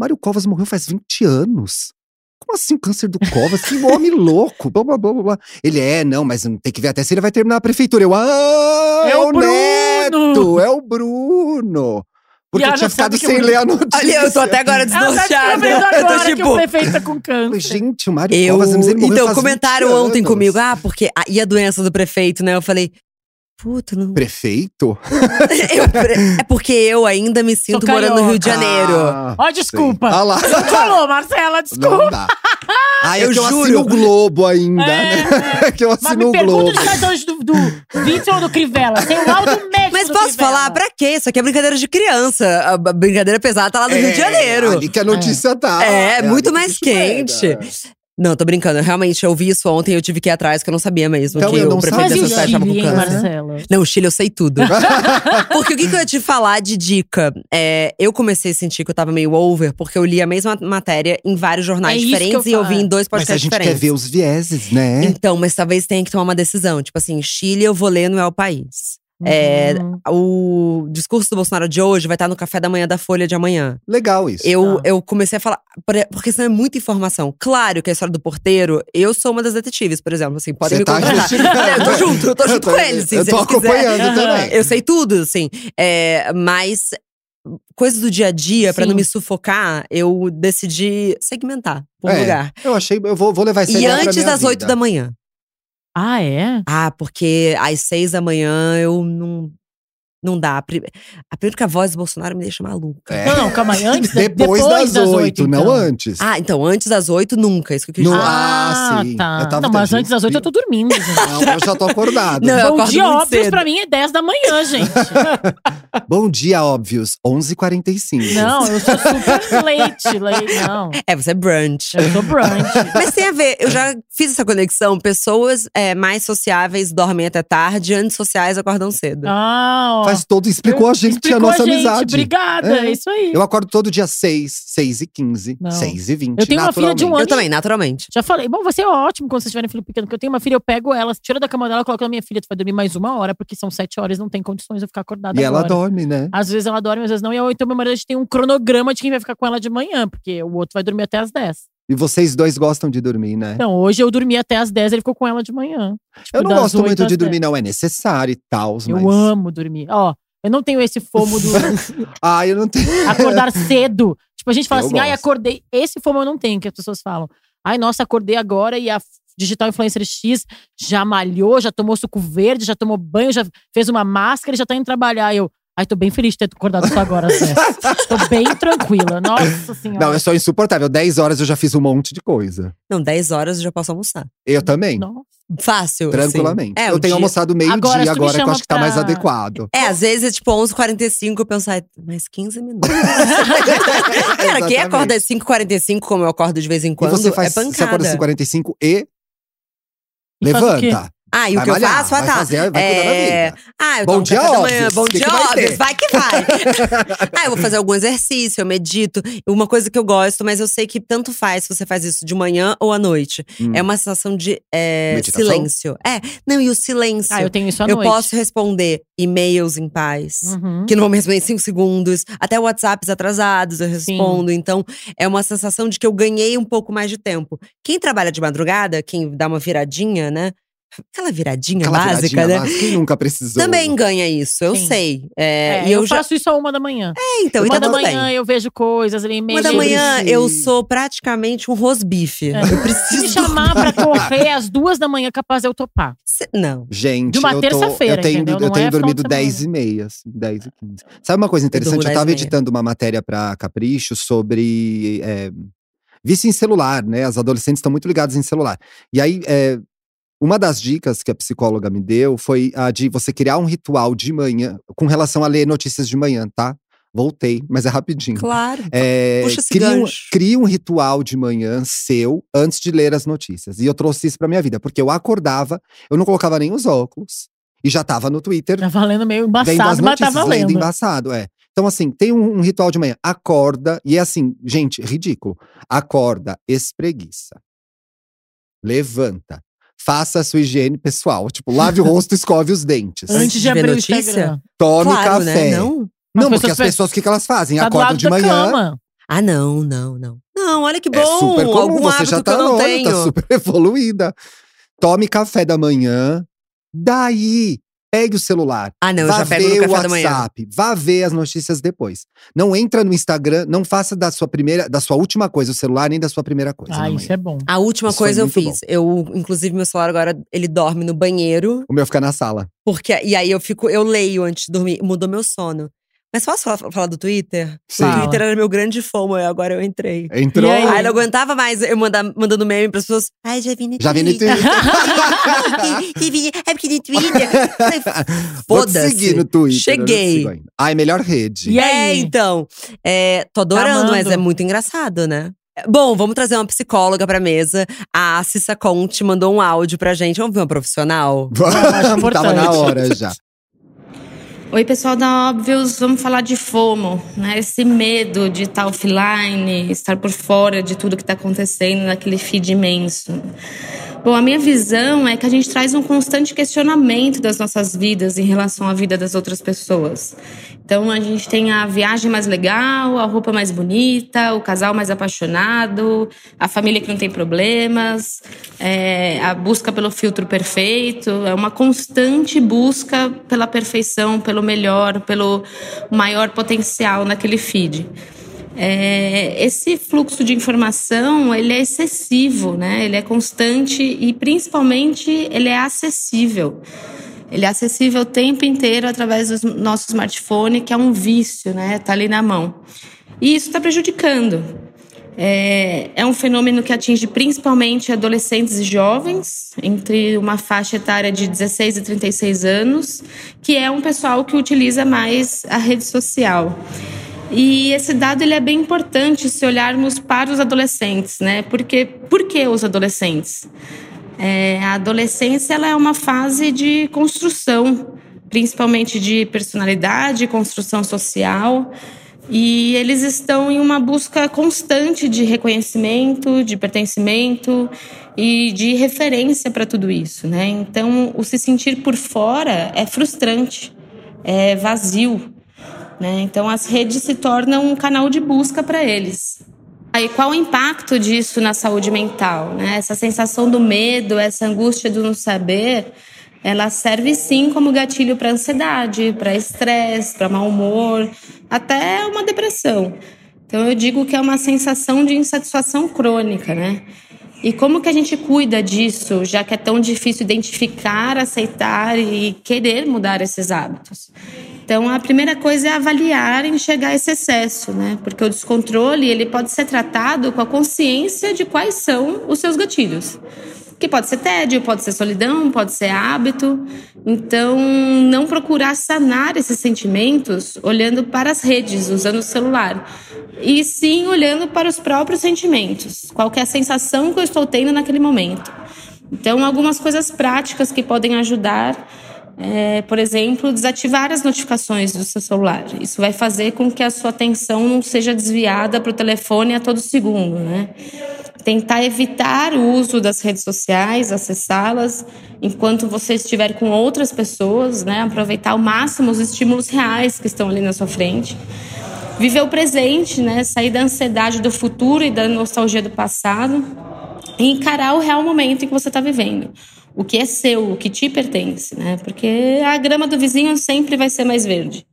Speaker 2: Mário Covas morreu faz 20 anos. Como assim o câncer do Covas? Que homem louco! Blá, blá, blá, blá, blá. Ele é, não, mas não tem que ver até se ele vai terminar a prefeitura. Eu, ah,
Speaker 3: É
Speaker 2: é,
Speaker 3: o
Speaker 2: o
Speaker 3: Bruno!
Speaker 2: Neto! É o Bruno! Porque
Speaker 3: E
Speaker 2: eu
Speaker 3: ela
Speaker 2: tinha
Speaker 3: não sabe
Speaker 2: ficado
Speaker 3: que
Speaker 2: sem
Speaker 3: o-
Speaker 2: ler a notícia.
Speaker 1: Olha, eu tô até agora
Speaker 3: Ela tá
Speaker 1: desnorteada.
Speaker 3: descobrindo
Speaker 1: eu tô
Speaker 3: agora que o
Speaker 1: tipo.
Speaker 3: prefeito tá com
Speaker 2: Falei,
Speaker 3: câncer.
Speaker 2: Gente, o Mário
Speaker 1: Eu.
Speaker 2: Covas, mas ele morreu
Speaker 1: Então,
Speaker 2: faz 20
Speaker 1: comentaram ontem
Speaker 2: anos.
Speaker 1: comigo, ah, porque. a- E a doença do prefeito, né? Eu falei. Puta, não.
Speaker 2: Prefeito?
Speaker 1: Eu pre- é porque eu ainda me sinto morando no Rio de Janeiro.
Speaker 2: Ah,
Speaker 3: Ó, desculpa.
Speaker 2: Ah lá.
Speaker 3: Não falou, Marcela, desculpa.
Speaker 2: Não dá. Ah, eu,
Speaker 1: Eu
Speaker 2: que eu assino
Speaker 1: juro.
Speaker 2: o Globo ainda,
Speaker 3: É,
Speaker 2: né? que eu
Speaker 3: Mas me
Speaker 2: assino o
Speaker 3: pergunta
Speaker 2: Globo.
Speaker 3: os cartões do, do Vitor ou do Crivella. Tem o laudo médico
Speaker 1: Mas
Speaker 3: do
Speaker 1: posso
Speaker 3: Crivella.
Speaker 1: falar? Pra quê? Isso aqui é brincadeira de criança. A b- brincadeira pesada tá lá no Rio de Janeiro.
Speaker 2: É, ali que a notícia tá.
Speaker 1: É, muito
Speaker 2: ali que
Speaker 1: mais
Speaker 2: o bicho
Speaker 1: quente.
Speaker 2: pega.
Speaker 1: Não, tô brincando. Eu Realmente, eu vi isso ontem e eu tive que ir atrás, que eu não sabia mesmo
Speaker 2: Então,
Speaker 1: que
Speaker 2: eu não
Speaker 1: o prefeito
Speaker 3: Mas e
Speaker 1: dessa
Speaker 3: o
Speaker 1: cidade tava com
Speaker 3: Chile, hein,
Speaker 1: câncer.
Speaker 3: Marcela?
Speaker 1: Não, o Chile eu sei tudo. porque o que, que eu ia te falar de dica? É, eu comecei a sentir que eu tava meio over, porque eu li a mesma matéria em vários jornais
Speaker 3: É isso que eu
Speaker 1: diferentes e
Speaker 3: falo,
Speaker 1: eu vi em dois
Speaker 2: Mas
Speaker 1: podcasts
Speaker 2: a gente
Speaker 1: diferentes.
Speaker 2: quer ver os vieses, né?
Speaker 1: Então, mas talvez tenha que tomar uma decisão. Tipo assim, Chile eu vou ler, não é o país. É,
Speaker 3: Uhum.
Speaker 1: O discurso do Bolsonaro de hoje vai estar no café da manhã da Folha de amanhã.
Speaker 2: Legal isso.
Speaker 1: Eu,
Speaker 3: Tá.
Speaker 1: eu comecei a falar, por- porque senão é muita informação. Claro que a história do porteiro, eu sou uma das detetives, por exemplo, assim, podem
Speaker 2: Você
Speaker 1: me
Speaker 2: tá
Speaker 1: contratar.
Speaker 2: investigando.
Speaker 1: eu tô junto, eu tô junto com eles, assim,
Speaker 2: Eu
Speaker 1: se
Speaker 2: tô
Speaker 1: eles quiserem.
Speaker 2: acompanhando também.
Speaker 1: Eu sei tudo, assim. É, mas coisas do dia a dia, pra
Speaker 3: Sim.
Speaker 1: não me sufocar, eu decidi segmentar por
Speaker 2: É,
Speaker 1: lugar.
Speaker 2: Eu achei, eu vou, vou levar esse
Speaker 1: E antes das oito da manhã.
Speaker 3: Ah, é?
Speaker 1: Ah, porque às seis da manhã eu não. Não dá. A prim- a primeiro que a voz do Bolsonaro me deixa maluca.
Speaker 2: É.
Speaker 3: Não, não, calma aí. Antes da-
Speaker 2: Depois, das oito, não
Speaker 3: então.
Speaker 2: antes.
Speaker 1: Ah, então antes das oito, nunca. Isso que eu quis
Speaker 2: Não,
Speaker 1: dizer.
Speaker 2: Ah,
Speaker 3: Ah,
Speaker 2: sim.
Speaker 3: tá.
Speaker 2: Eu tava
Speaker 3: não, mas
Speaker 2: até-
Speaker 3: antes das oito eu tô dormindo, gente.
Speaker 2: Não, eu já tô acordado.
Speaker 1: Não, eu
Speaker 3: Bom
Speaker 1: acordo
Speaker 3: dia,
Speaker 1: muito
Speaker 3: óbvios,
Speaker 1: cedo.
Speaker 3: pra mim é 10 da manhã, gente.
Speaker 2: Bom dia, óbvios. 11h45.
Speaker 3: não, eu sou super late. late não,
Speaker 1: É, você é brunch.
Speaker 3: eu sou brunch.
Speaker 1: Mas tem a ver, eu já fiz essa conexão. Pessoas é, mais sociáveis dormem até tarde, antissociais acordam cedo.
Speaker 3: Ah, ó.
Speaker 2: Faz todo, explicou a gente
Speaker 3: Explicou
Speaker 2: a nossa
Speaker 3: gente,
Speaker 2: amizade.
Speaker 3: Obrigada,
Speaker 2: É.
Speaker 3: é isso aí.
Speaker 2: Eu acordo todo dia 6, 6 e 15,
Speaker 3: Não.
Speaker 2: 6 e 20.
Speaker 3: Eu tenho uma filha de um
Speaker 2: naturalmente.
Speaker 3: ano.
Speaker 1: Eu também, naturalmente.
Speaker 3: Já falei, bom, você é ótimo quando vocês tiverem filho pequeno, porque eu tenho uma filha, eu pego ela, tiro da cama dela, coloco na minha filha, tu vai dormir mais uma hora, porque são sete horas, não tem condições de eu ficar acordada
Speaker 2: E ela
Speaker 3: agora.
Speaker 2: dorme, né?
Speaker 3: Às vezes ela dorme, às vezes não. E eu, então, meu marido, a gente tem um cronograma de quem vai ficar com ela de manhã, porque o outro vai dormir até às 10.
Speaker 2: E vocês dois gostam de dormir, né?
Speaker 3: Então, hoje eu dormi até às 10, ele ficou com ela de manhã. Tipo,
Speaker 2: eu não
Speaker 3: das
Speaker 2: gosto
Speaker 3: oito
Speaker 2: muito de
Speaker 3: às
Speaker 2: dormir, não. É necessário e tal. Mas...
Speaker 3: Eu amo dormir. Ó, eu não tenho esse fomo do
Speaker 2: Ah, eu não tenho.
Speaker 3: acordar cedo. Tipo, a gente fala
Speaker 2: Eu
Speaker 3: assim, ai,
Speaker 2: gosto.
Speaker 3: acordei. Esse fomo eu não tenho, que as pessoas falam. Ai, nossa, acordei agora e a digital influencer X já malhou, já tomou suco verde, já tomou banho, já fez uma máscara e já tá indo trabalhar. Eu, Ai, tô bem feliz de ter acordado só agora, César. tô bem tranquila. Nossa senhora.
Speaker 1: assim,
Speaker 2: Não, eu sou insuportável. 10 horas eu já fiz um monte de coisa.
Speaker 1: Não, 10 horas eu já posso almoçar.
Speaker 2: Eu também.
Speaker 3: Não.
Speaker 1: Fácil. assim.
Speaker 2: Tranquilamente.
Speaker 1: É,
Speaker 2: eu
Speaker 1: o
Speaker 2: tenho
Speaker 1: dia-
Speaker 2: almoçado meio-dia
Speaker 3: Agora, se
Speaker 2: agora,
Speaker 3: tu me
Speaker 2: que eu
Speaker 3: chama
Speaker 2: acho que tá mais
Speaker 3: pra-
Speaker 2: adequado.
Speaker 1: É, às vezes é tipo 11h45 eu pensar, "Ai, mais 15 minutos. Cara,
Speaker 2: Exatamente.
Speaker 1: quem acorda às 5h45, como eu acordo de vez em
Speaker 2: E
Speaker 1: quando,
Speaker 2: você faz,
Speaker 1: é
Speaker 2: você
Speaker 1: pancada.
Speaker 2: acorda às 45 e…
Speaker 3: E faz o quê?
Speaker 2: Levanta.
Speaker 1: Ah, e o
Speaker 2: vai
Speaker 1: que eu
Speaker 2: malhar,
Speaker 1: faço? Ah,
Speaker 2: vai
Speaker 1: tá.
Speaker 2: fazer, vai cuidar da
Speaker 1: É,
Speaker 2: vida.
Speaker 1: Ah, eu
Speaker 2: Bom
Speaker 1: tomo
Speaker 2: dia,
Speaker 1: café da manhã,
Speaker 2: óbvio.
Speaker 1: bom
Speaker 2: Que que
Speaker 1: dia,
Speaker 2: vai ter?
Speaker 1: óbvio. Vai que vai. ah, eu vou fazer algum exercício, eu medito. Uma coisa que eu gosto, mas eu sei que tanto faz se você faz isso de manhã ou à noite.
Speaker 2: Hum.
Speaker 1: É uma sensação de é,
Speaker 2: Meditação?
Speaker 1: silêncio. É, não, e o silêncio.
Speaker 3: Ah, eu tenho isso à
Speaker 1: eu
Speaker 3: noite.
Speaker 1: posso responder e-mails em paz.
Speaker 3: Uhum.
Speaker 1: Que não vão me responder em cinco segundos. Até WhatsApps atrasados eu respondo. Então, é uma sensação de que eu ganhei um pouco mais de tempo. Quem trabalha de madrugada, quem dá uma viradinha, né? Aquela viradinha
Speaker 2: Aquela
Speaker 1: básica,
Speaker 2: viradinha
Speaker 1: né?
Speaker 2: básica, Quem nunca precisou?
Speaker 1: Também ganha isso, eu
Speaker 3: Sim.
Speaker 1: sei. É,
Speaker 3: É,
Speaker 1: e
Speaker 3: eu,
Speaker 1: eu, já.
Speaker 3: faço isso a uma da manhã.
Speaker 1: É, então, e
Speaker 3: uma
Speaker 1: tá
Speaker 3: da
Speaker 1: tudo
Speaker 3: manhã
Speaker 1: bem.
Speaker 3: eu vejo coisas ali meio.
Speaker 1: Uma da manhã
Speaker 2: Gente.
Speaker 1: eu sou praticamente um rosbife.
Speaker 3: É.
Speaker 1: Eu
Speaker 3: Se me
Speaker 1: preciso.
Speaker 3: chamar pra correr às duas da manhã, capaz de eu topar.
Speaker 1: Se- Não.
Speaker 2: Gente,
Speaker 3: De uma
Speaker 2: eu, tô, eu
Speaker 3: terça-feira,
Speaker 2: tenho,
Speaker 3: entendeu?
Speaker 2: eu
Speaker 3: Não
Speaker 2: tenho
Speaker 3: é final de
Speaker 2: dormido
Speaker 3: semana.
Speaker 2: 10 e meia, assim, 10 e 15. Sabe uma coisa interessante? Eu,
Speaker 1: durmo 10
Speaker 2: tava
Speaker 1: e meia.
Speaker 2: editando uma matéria pra Capricho sobre é, vício em celular, né? As adolescentes estão muito ligadas em celular. E aí, é, uma das dicas que a psicóloga me deu foi a de você criar um ritual de manhã com relação a ler notícias de manhã, tá? Voltei, mas é rapidinho.
Speaker 1: Claro.
Speaker 2: É,
Speaker 1: Puxa esse
Speaker 2: cria, um,
Speaker 1: gancho.
Speaker 2: cria um ritual de manhã seu antes de ler as notícias. E eu trouxe isso pra minha vida, porque eu acordava, eu não colocava nem os óculos e já tava no Twitter
Speaker 3: Tá valendo meio
Speaker 2: vendo as
Speaker 3: embaçado, mas tá
Speaker 2: notícias, lendo
Speaker 3: valendo.
Speaker 2: embaçado, é. Então, assim, tem um, um ritual de manhã. Acorda, e é assim, gente, ridículo. Acorda, espreguiça. Levanta. Faça a sua higiene pessoal. Tipo, lave o rosto, escove os dentes.
Speaker 1: Ai,
Speaker 3: Antes de
Speaker 1: Ver
Speaker 3: abrir o
Speaker 1: notícia?
Speaker 3: Instagram.
Speaker 2: Tome
Speaker 1: Claro,
Speaker 2: café.
Speaker 1: né? Não?
Speaker 2: Não,
Speaker 3: As
Speaker 2: porque
Speaker 3: pessoas
Speaker 2: as pessoas, o que, que elas fazem?
Speaker 3: Tá do
Speaker 2: Acordam
Speaker 3: lado
Speaker 2: de
Speaker 3: da
Speaker 2: manhã,
Speaker 3: cama.
Speaker 1: Ah, não, não, não. Não, olha que bom.
Speaker 2: É super comum,
Speaker 1: Algum
Speaker 2: você
Speaker 1: hábito
Speaker 2: já tá
Speaker 1: que eu não
Speaker 2: nona,
Speaker 1: tenho.
Speaker 2: tá super evoluída. Tome café da manhã, daí pegue o celular,
Speaker 1: Ah, não, eu
Speaker 2: vá
Speaker 1: já pego
Speaker 2: ver
Speaker 1: no
Speaker 2: o
Speaker 1: café da manhã.
Speaker 2: WhatsApp, vá ver as notícias depois. Não entra no Instagram, não faça da sua primeira, da sua última coisa o celular nem da sua primeira coisa. na
Speaker 3: Ah,
Speaker 2: manhã.
Speaker 3: isso é bom.
Speaker 1: A última
Speaker 2: Isso foi
Speaker 1: coisa eu
Speaker 2: muito
Speaker 1: fiz. Eu, inclusive, meu celular agora ele dorme no banheiro.
Speaker 2: O meu fica na sala.
Speaker 1: Porque, e aí eu fico, eu leio antes de dormir. Mudou meu sono. Mas posso falar, falar do Twitter?
Speaker 2: Sim.
Speaker 1: O
Speaker 3: Fala.
Speaker 1: Twitter era meu grande fomo, e agora eu entrei.
Speaker 2: Entrou.
Speaker 3: E aí?
Speaker 1: Aí eu não aguentava mais eu mandar, mandando meme pras pessoas. Ai, já vi no
Speaker 2: Já vi no
Speaker 1: Twitter.
Speaker 2: Twitter.
Speaker 1: Que- que vi- é porque no Twitter.
Speaker 2: Vou te
Speaker 1: Foda-se.
Speaker 2: seguir no Twitter. eu não te
Speaker 1: Cheguei.
Speaker 2: sigo ainda. Ai, é melhor rede.
Speaker 3: E
Speaker 1: É,
Speaker 3: aí? Tá
Speaker 1: então. é, tô adorando,
Speaker 3: amando?
Speaker 1: mas é muito engraçado, né? Bom, vamos trazer uma psicóloga pra mesa. A Cissa Conte mandou um áudio pra gente. Vamos ver uma profissional?
Speaker 2: Vamos, Tava na
Speaker 3: importante.
Speaker 2: hora já.
Speaker 6: Oi, pessoal da Obvious, vamos falar de FOMO, né? Esse medo de estar offline, estar por fora de tudo que está acontecendo naquele feed imenso. Bom, a minha visão é que a gente traz um constante questionamento das nossas vidas em relação à vida das outras pessoas. Então, a gente tem a viagem mais legal, a roupa mais bonita, o casal mais apaixonado, a família que não tem problemas, é, a busca pelo filtro perfeito. É uma constante busca pela perfeição, pelo melhor, pelo maior potencial naquele feed. É, esse fluxo de informação ele é excessivo, né? Ele é constante e principalmente ele é acessível. Ele é acessível o tempo inteiro através do nosso smartphone, que é um vício, né? Tá ali na mão. E isso está prejudicando. É, é um fenômeno que atinge principalmente adolescentes e jovens, entre uma faixa etária de 16 e 36 anos, que é um pessoal que utiliza mais a rede social. E esse dado ele é bem importante se olharmos para os adolescentes, né? Porque por que os adolescentes? É, a adolescência ela é uma fase de construção, principalmente de personalidade, construção social. E eles estão em uma busca constante de reconhecimento, de pertencimento e de referência para tudo isso, né? Então, o se sentir por fora é frustrante, é vazio, né? Então as redes se tornam um canal de busca para eles. Aí qual o impacto disso na saúde mental? né? Essa sensação do medo, essa angústia do não saber, ela serve sim como gatilho para ansiedade, para estresse, para mau humor, até uma depressão. Então eu digo que é uma sensação de insatisfação crônica, né? E como que a gente cuida disso, já que é tão difícil identificar, aceitar e querer mudar esses hábitos? Então, a primeira coisa é avaliar e enxergar esse excesso, né? Porque o descontrole, ele pode ser tratado com a consciência de quais são os seus gatilhos que pode ser tédio, pode ser solidão, pode ser hábito. Então, não procurar sanar esses sentimentos olhando para as redes, usando o celular, e sim olhando para os próprios sentimentos, qual que é a sensação que eu estou tendo naquele momento. Então, algumas coisas práticas que podem ajudar. É, por exemplo, desativar as notificações do seu celular. Isso vai fazer com que a sua atenção não seja desviada para o telefone a todo segundo, né? tentar evitar o uso das redes sociais, acessá-las enquanto você estiver com outras pessoas, né? Aproveitar ao máximo os estímulos reais que estão ali na sua frente. Viver o presente, né? Sair da ansiedade do futuro e da nostalgia do passado e encarar o real momento em que você está vivendo. O que é seu, o que te pertence, né? Porque a grama do vizinho sempre vai ser mais verde.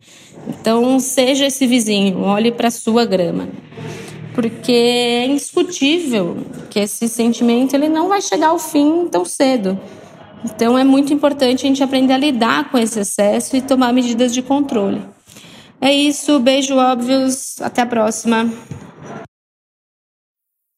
Speaker 6: Então, seja esse vizinho, olhe para sua grama porque é indiscutível que esse sentimento ele não vai chegar ao fim tão cedo. Então é muito importante a gente aprender a lidar com esse excesso e tomar medidas de controle. É isso, beijo óbvios, até a próxima.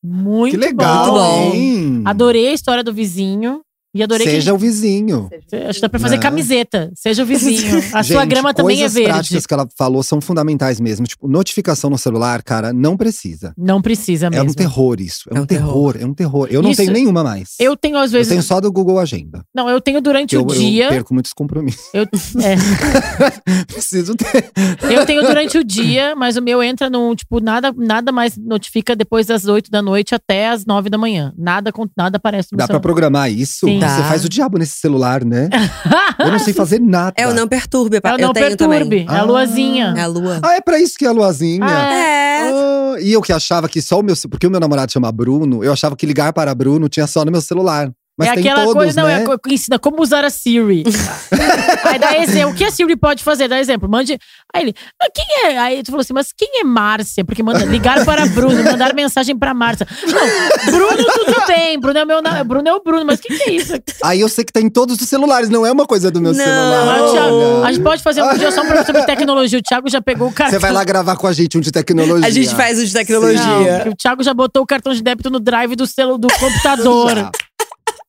Speaker 3: Muito
Speaker 2: que legal,
Speaker 3: bom.
Speaker 2: hein?
Speaker 3: Adorei a história do vizinho. E adorei
Speaker 2: Seja o vizinho.
Speaker 3: que. Acho que dá pra fazer
Speaker 2: Né?
Speaker 3: camiseta. Seja o vizinho. A sua
Speaker 2: Gente,
Speaker 3: grama também é
Speaker 2: coisas
Speaker 3: verde.
Speaker 2: práticas que ela falou são fundamentais mesmo. Tipo, notificação no celular, cara, não precisa.
Speaker 3: Não precisa
Speaker 2: É
Speaker 3: mesmo.
Speaker 2: um terror isso. É, um terror. é um terror. Eu não
Speaker 3: Isso-
Speaker 2: tenho nenhuma mais.
Speaker 3: Eu tenho, às
Speaker 2: Eu
Speaker 3: vezes.
Speaker 2: tenho só do Google Agenda.
Speaker 3: Não, eu tenho durante
Speaker 2: Eu,
Speaker 3: o
Speaker 2: eu
Speaker 3: dia.
Speaker 2: perco muitos compromissos.
Speaker 3: Eu, é.
Speaker 2: Preciso ter.
Speaker 3: Eu tenho durante o dia, mas o meu entra no tipo nada, nada mais notifica depois das 8 da noite até as 9 da manhã. Nada com- nada aparece no
Speaker 2: Dá pra
Speaker 3: celular.
Speaker 2: programar isso?
Speaker 3: Sim.
Speaker 2: Você
Speaker 1: Dá.
Speaker 2: faz o diabo nesse celular, né? Eu não sei fazer nada.
Speaker 1: É o não perturbe,
Speaker 3: É
Speaker 1: pá.
Speaker 3: o
Speaker 1: eu
Speaker 3: não
Speaker 1: tenho
Speaker 3: perturbe, é a
Speaker 2: Ah.
Speaker 3: luazinha.
Speaker 1: também. É a lua.
Speaker 2: Ah, é pra isso que é a luazinha.
Speaker 3: Ah,
Speaker 1: É.
Speaker 2: Ah, e eu que achava que só o meu. Porque o meu namorado chama Bruno, eu achava que ligar para Bruno tinha só no meu celular. Mas
Speaker 3: é
Speaker 2: tem
Speaker 3: aquela
Speaker 2: todos,
Speaker 3: coisa, não,
Speaker 2: né?
Speaker 3: é co- ensina como usar a Siri. aí dá exemplo. O que a Siri pode fazer? Dá exemplo. Mande. Aí ele, "Ah, quem é? Aí tu falou assim, mas quem é Márcia? Porque manda, ligaram para Bruno, mandaram mensagem para Márcia. Não, Bruno, tudo bem. Bruno é meu na- Bruno é o Bruno, mas o que, que é isso?
Speaker 2: Aí eu sei que tá em todos os celulares, não é uma coisa do meu
Speaker 1: Não,
Speaker 2: celular.
Speaker 3: Ah,
Speaker 1: Oh.
Speaker 3: Thiago, a gente pode fazer um vídeo só pra- sobre tecnologia. O Thiago já pegou o cartão.
Speaker 2: Você vai lá gravar com a gente um de tecnologia.
Speaker 1: A gente faz o de
Speaker 3: Não,
Speaker 1: tecnologia.
Speaker 3: porque o Thiago já botou o cartão de débito no drive do, celu, do computador.
Speaker 2: Já.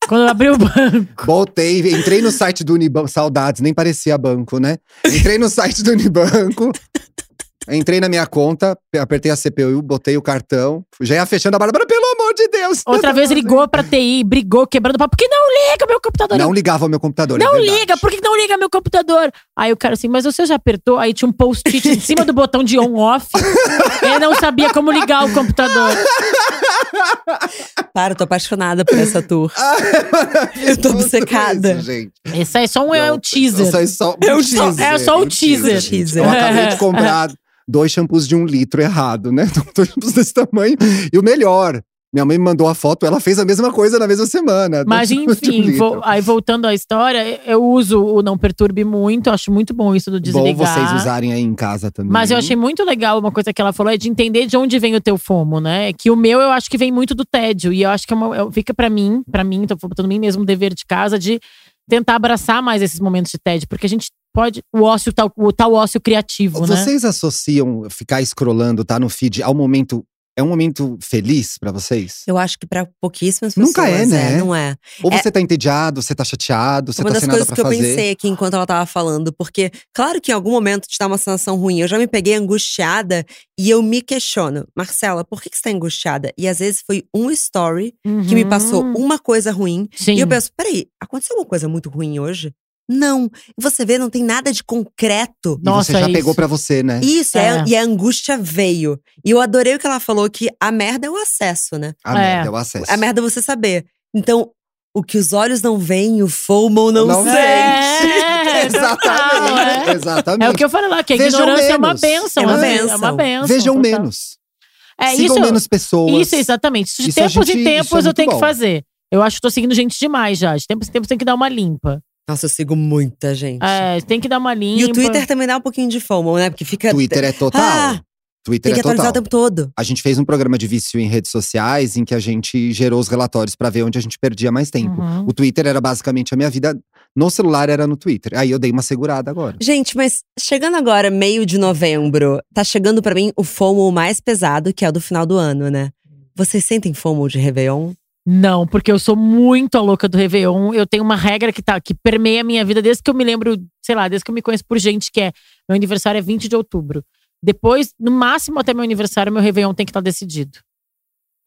Speaker 3: quando abriu o banco.
Speaker 2: Voltei, entrei no site do Unibanco. Saudades, nem parecia banco, né? Entrei no site do Unibanco. Entrei na minha conta, apertei a CPU, botei o cartão. Já ia fechando a Bárbara, pelo amor de Deus.
Speaker 3: Outra vez ligou pra TI, brigou, quebrando o papo. Por que não liga meu computador?
Speaker 2: Não ligava ao meu computador. é
Speaker 3: Não
Speaker 2: verdade.
Speaker 3: liga, por que não liga meu computador? Aí o cara assim, mas você já apertou? Aí tinha um post-it em cima do botão de on-off. Ele não sabia como ligar o computador.
Speaker 1: Para, eu tô apaixonada por essa tour. Eu tô obcecada.
Speaker 2: Ah, é Isso, gente.
Speaker 3: Esse aí só um, é
Speaker 2: Não,
Speaker 3: um teaser.
Speaker 2: Isso aí só
Speaker 1: É
Speaker 2: um
Speaker 1: o só-
Speaker 2: teaser.
Speaker 3: é só o
Speaker 2: um
Speaker 3: teaser.
Speaker 2: gente. Eu acabei de comprar dois shampoos de um litro errado, né? Dois shampoos desse tamanho. E o melhor, minha mãe me mandou a foto, ela fez a mesma coisa na mesma semana.
Speaker 3: Mas
Speaker 2: Dois shampoos de um
Speaker 3: enfim,
Speaker 2: litro.
Speaker 3: vo- aí voltando à história, eu uso o Não Perturbe muito, acho muito bom isso do desligar.
Speaker 2: Bom vocês usarem aí em casa também.
Speaker 3: Mas eu achei muito legal uma coisa que ela falou, é de entender de onde vem o teu fomo, né? Que o meu eu acho que vem muito do tédio. E eu acho que é uma- eu- fica pra mim, pra mim, tô botando mim mesmo um dever de casa de tentar abraçar mais esses momentos de tédio. Porque a gente pode. O ócio, tal, o tal ócio criativo, né?
Speaker 2: Vocês associam ficar scrollando, tá no feed, ao momento. É um momento feliz pra vocês?
Speaker 1: Eu acho que pra pouquíssimas pessoas.
Speaker 2: Nunca é, né?
Speaker 1: não é.
Speaker 2: Ou você tá entediado, você tá chateado, você
Speaker 1: uma
Speaker 2: tá
Speaker 1: das
Speaker 2: sem nada
Speaker 1: coisas
Speaker 2: pra
Speaker 1: que eu
Speaker 2: fazer?
Speaker 1: pensei aqui enquanto ela tava falando, porque claro que em algum momento te dá uma sensação ruim. Eu já me peguei angustiada e eu me questiono, Marcela, por que, que você tá angustiada? E às vezes foi um story que me passou
Speaker 3: Uhum.
Speaker 1: uma coisa ruim.
Speaker 3: Sim.
Speaker 1: E eu penso, peraí, aconteceu alguma coisa muito ruim hoje? Não. E Você vê, não tem nada de concreto.
Speaker 2: E
Speaker 3: Nossa,
Speaker 2: você já
Speaker 3: é
Speaker 2: pegou
Speaker 3: isso.
Speaker 2: pra você, né?
Speaker 1: Isso, é-
Speaker 3: É.
Speaker 1: e a angústia veio. E eu adorei o que ela falou, que a merda é o acesso, né?
Speaker 2: A
Speaker 3: É.
Speaker 2: merda, o acesso.
Speaker 1: A merda é você saber. Então, o que os olhos não veem, o FOMO não,
Speaker 2: Não
Speaker 1: sente.
Speaker 3: É, total, é.
Speaker 2: Exatamente. Exatamente.
Speaker 3: É o que eu falo lá, que a
Speaker 2: Vejam
Speaker 3: ignorância é uma
Speaker 2: menos.
Speaker 3: bênção.
Speaker 1: É uma
Speaker 3: às vezes, É
Speaker 1: bênção.
Speaker 3: uma bênção.
Speaker 2: Vejam
Speaker 3: total.
Speaker 2: menos.
Speaker 3: É
Speaker 2: Sigam
Speaker 3: isso.
Speaker 2: menos pessoas.
Speaker 3: Isso, exatamente. Isso de
Speaker 2: Isso a
Speaker 3: tempos
Speaker 2: gente-
Speaker 3: em
Speaker 2: isso é
Speaker 3: tempos eu
Speaker 2: muito
Speaker 3: tenho
Speaker 2: bom.
Speaker 3: que fazer. Eu acho que tô seguindo gente demais já. De tempos em tempos tem que dar uma limpa.
Speaker 1: Nossa, eu sigo muita gente.
Speaker 3: É, tem que dar uma limpa.
Speaker 1: E o Twitter também dá um pouquinho de FOMO, né? Porque fica.
Speaker 2: Twitter é total.
Speaker 1: Ah, tem
Speaker 2: Twitter
Speaker 1: que
Speaker 2: é total.
Speaker 1: atualizar o tempo todo.
Speaker 2: A gente fez um programa de vício em redes sociais em que a gente gerou os relatórios pra ver onde a gente perdia mais tempo.
Speaker 3: Uhum.
Speaker 2: O Twitter era basicamente a minha vida No celular era no Twitter. Aí eu dei uma segurada agora.
Speaker 1: Gente, mas chegando agora, meio de novembro, tá chegando pra mim o FOMO mais pesado, que é o do final do ano, né? Vocês sentem FOMO de Réveillon?
Speaker 3: Não, porque eu sou muito a louca do Réveillon. Eu tenho uma regra que, tá, que permeia a minha vida desde que eu me lembro, sei lá, desde que eu me conheço por gente, que é meu aniversário é 20 de outubro. Depois, no máximo até meu aniversário, meu Réveillon tem que estar decidido.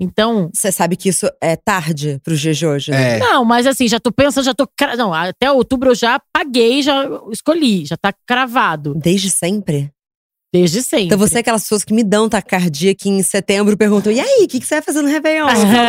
Speaker 3: Então,
Speaker 1: Você sabe que isso é tarde pros dias de hoje, né?
Speaker 2: É.
Speaker 3: Não, mas assim, já tô pensando, já tô. cra- Não, até outubro eu já paguei, já escolhi, já tá cravado.
Speaker 1: Desde sempre.
Speaker 3: Desde sempre.
Speaker 1: Então você é aquelas pessoas que me dão tacardia que em setembro perguntam: e aí, o que, que você vai fazer no Réveillon?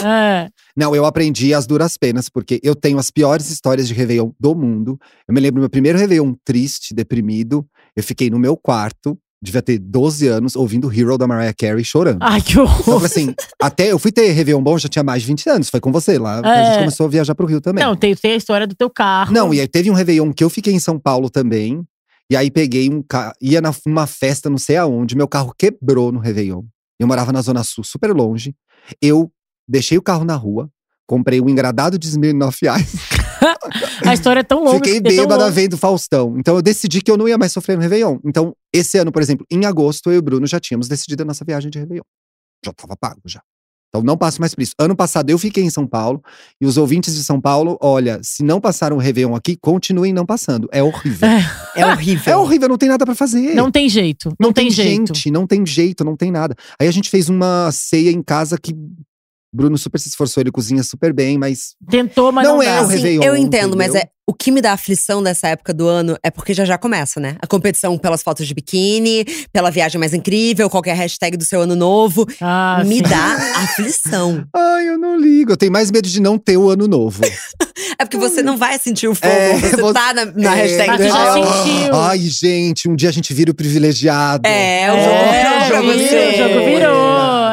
Speaker 3: É,
Speaker 1: Ah!
Speaker 3: é.
Speaker 2: Não, eu aprendi as duras penas, porque eu tenho as piores histórias de Réveillon do mundo. Eu me lembro do meu primeiro Réveillon triste, deprimido. Eu fiquei no meu quarto, devia ter 12 anos, ouvindo Hero da Mariah Carey chorando.
Speaker 3: Ai, que
Speaker 2: Então,
Speaker 3: horror.
Speaker 2: assim, até eu fui ter Réveillon bom, já tinha mais de 20 anos. Foi com você lá. A
Speaker 3: É.
Speaker 2: gente começou a viajar pro Rio também.
Speaker 3: Não, tem, tem a história do teu carro.
Speaker 2: Não, e aí teve um Réveillon que eu fiquei em São Paulo também. E aí peguei um carro, ia na- numa festa, não sei aonde, meu carro quebrou no Réveillon. Eu morava na Zona Sul, super longe. Eu deixei o carro na rua, comprei um engradado de Smirnoff Ice.
Speaker 3: A história é tão longa.
Speaker 2: Fiquei
Speaker 3: é tão
Speaker 2: bêbada
Speaker 3: longa.
Speaker 2: vendo Faustão. Então eu decidi que eu não ia mais sofrer no Réveillon. Então, esse ano, por exemplo, em agosto, eu e o Bruno já tínhamos decidido a nossa viagem de Réveillon. Já tava pago, já. Então não passo mais por isso. Ano passado eu fiquei em São Paulo. E os ouvintes de São Paulo, olha, se não passaram o Réveillon aqui, continuem não passando. É horrível.
Speaker 1: É horrível.
Speaker 2: É horrível, não tem nada pra fazer.
Speaker 3: Não tem jeito. Não, tem, jeito.
Speaker 2: gente, não tem jeito, não tem nada. Aí a gente fez uma ceia em casa que Bruno super se esforçou, ele cozinha super bem, mas
Speaker 3: Tentou, mas não,
Speaker 2: Não é
Speaker 3: dá.
Speaker 2: o
Speaker 1: Assim,
Speaker 2: Réveillon,
Speaker 1: eu entendo, mas
Speaker 2: entendeu?
Speaker 1: é, o que me dá aflição dessa época do ano é porque já já começa, né? A competição pelas fotos de biquíni, pela viagem mais incrível, qualquer hashtag do seu ano novo.
Speaker 3: Ah,
Speaker 1: me
Speaker 3: sim.
Speaker 1: dá aflição.
Speaker 2: ai, eu não ligo. Eu tenho mais medo de não ter o ano novo.
Speaker 1: É porque você não vai sentir o fogo.
Speaker 2: É,
Speaker 1: você,
Speaker 2: você-
Speaker 1: tá na, na
Speaker 2: É,
Speaker 1: hashtag
Speaker 3: Mas
Speaker 1: do
Speaker 3: tu já
Speaker 1: Réveillon.
Speaker 2: Ah,
Speaker 3: sentiu.
Speaker 2: Ai, gente, um dia a gente vira o privilegiado.
Speaker 1: É, o jogo virou
Speaker 3: É,
Speaker 1: pra
Speaker 3: virou,
Speaker 1: você.
Speaker 3: o jogo virou.
Speaker 2: Verdade.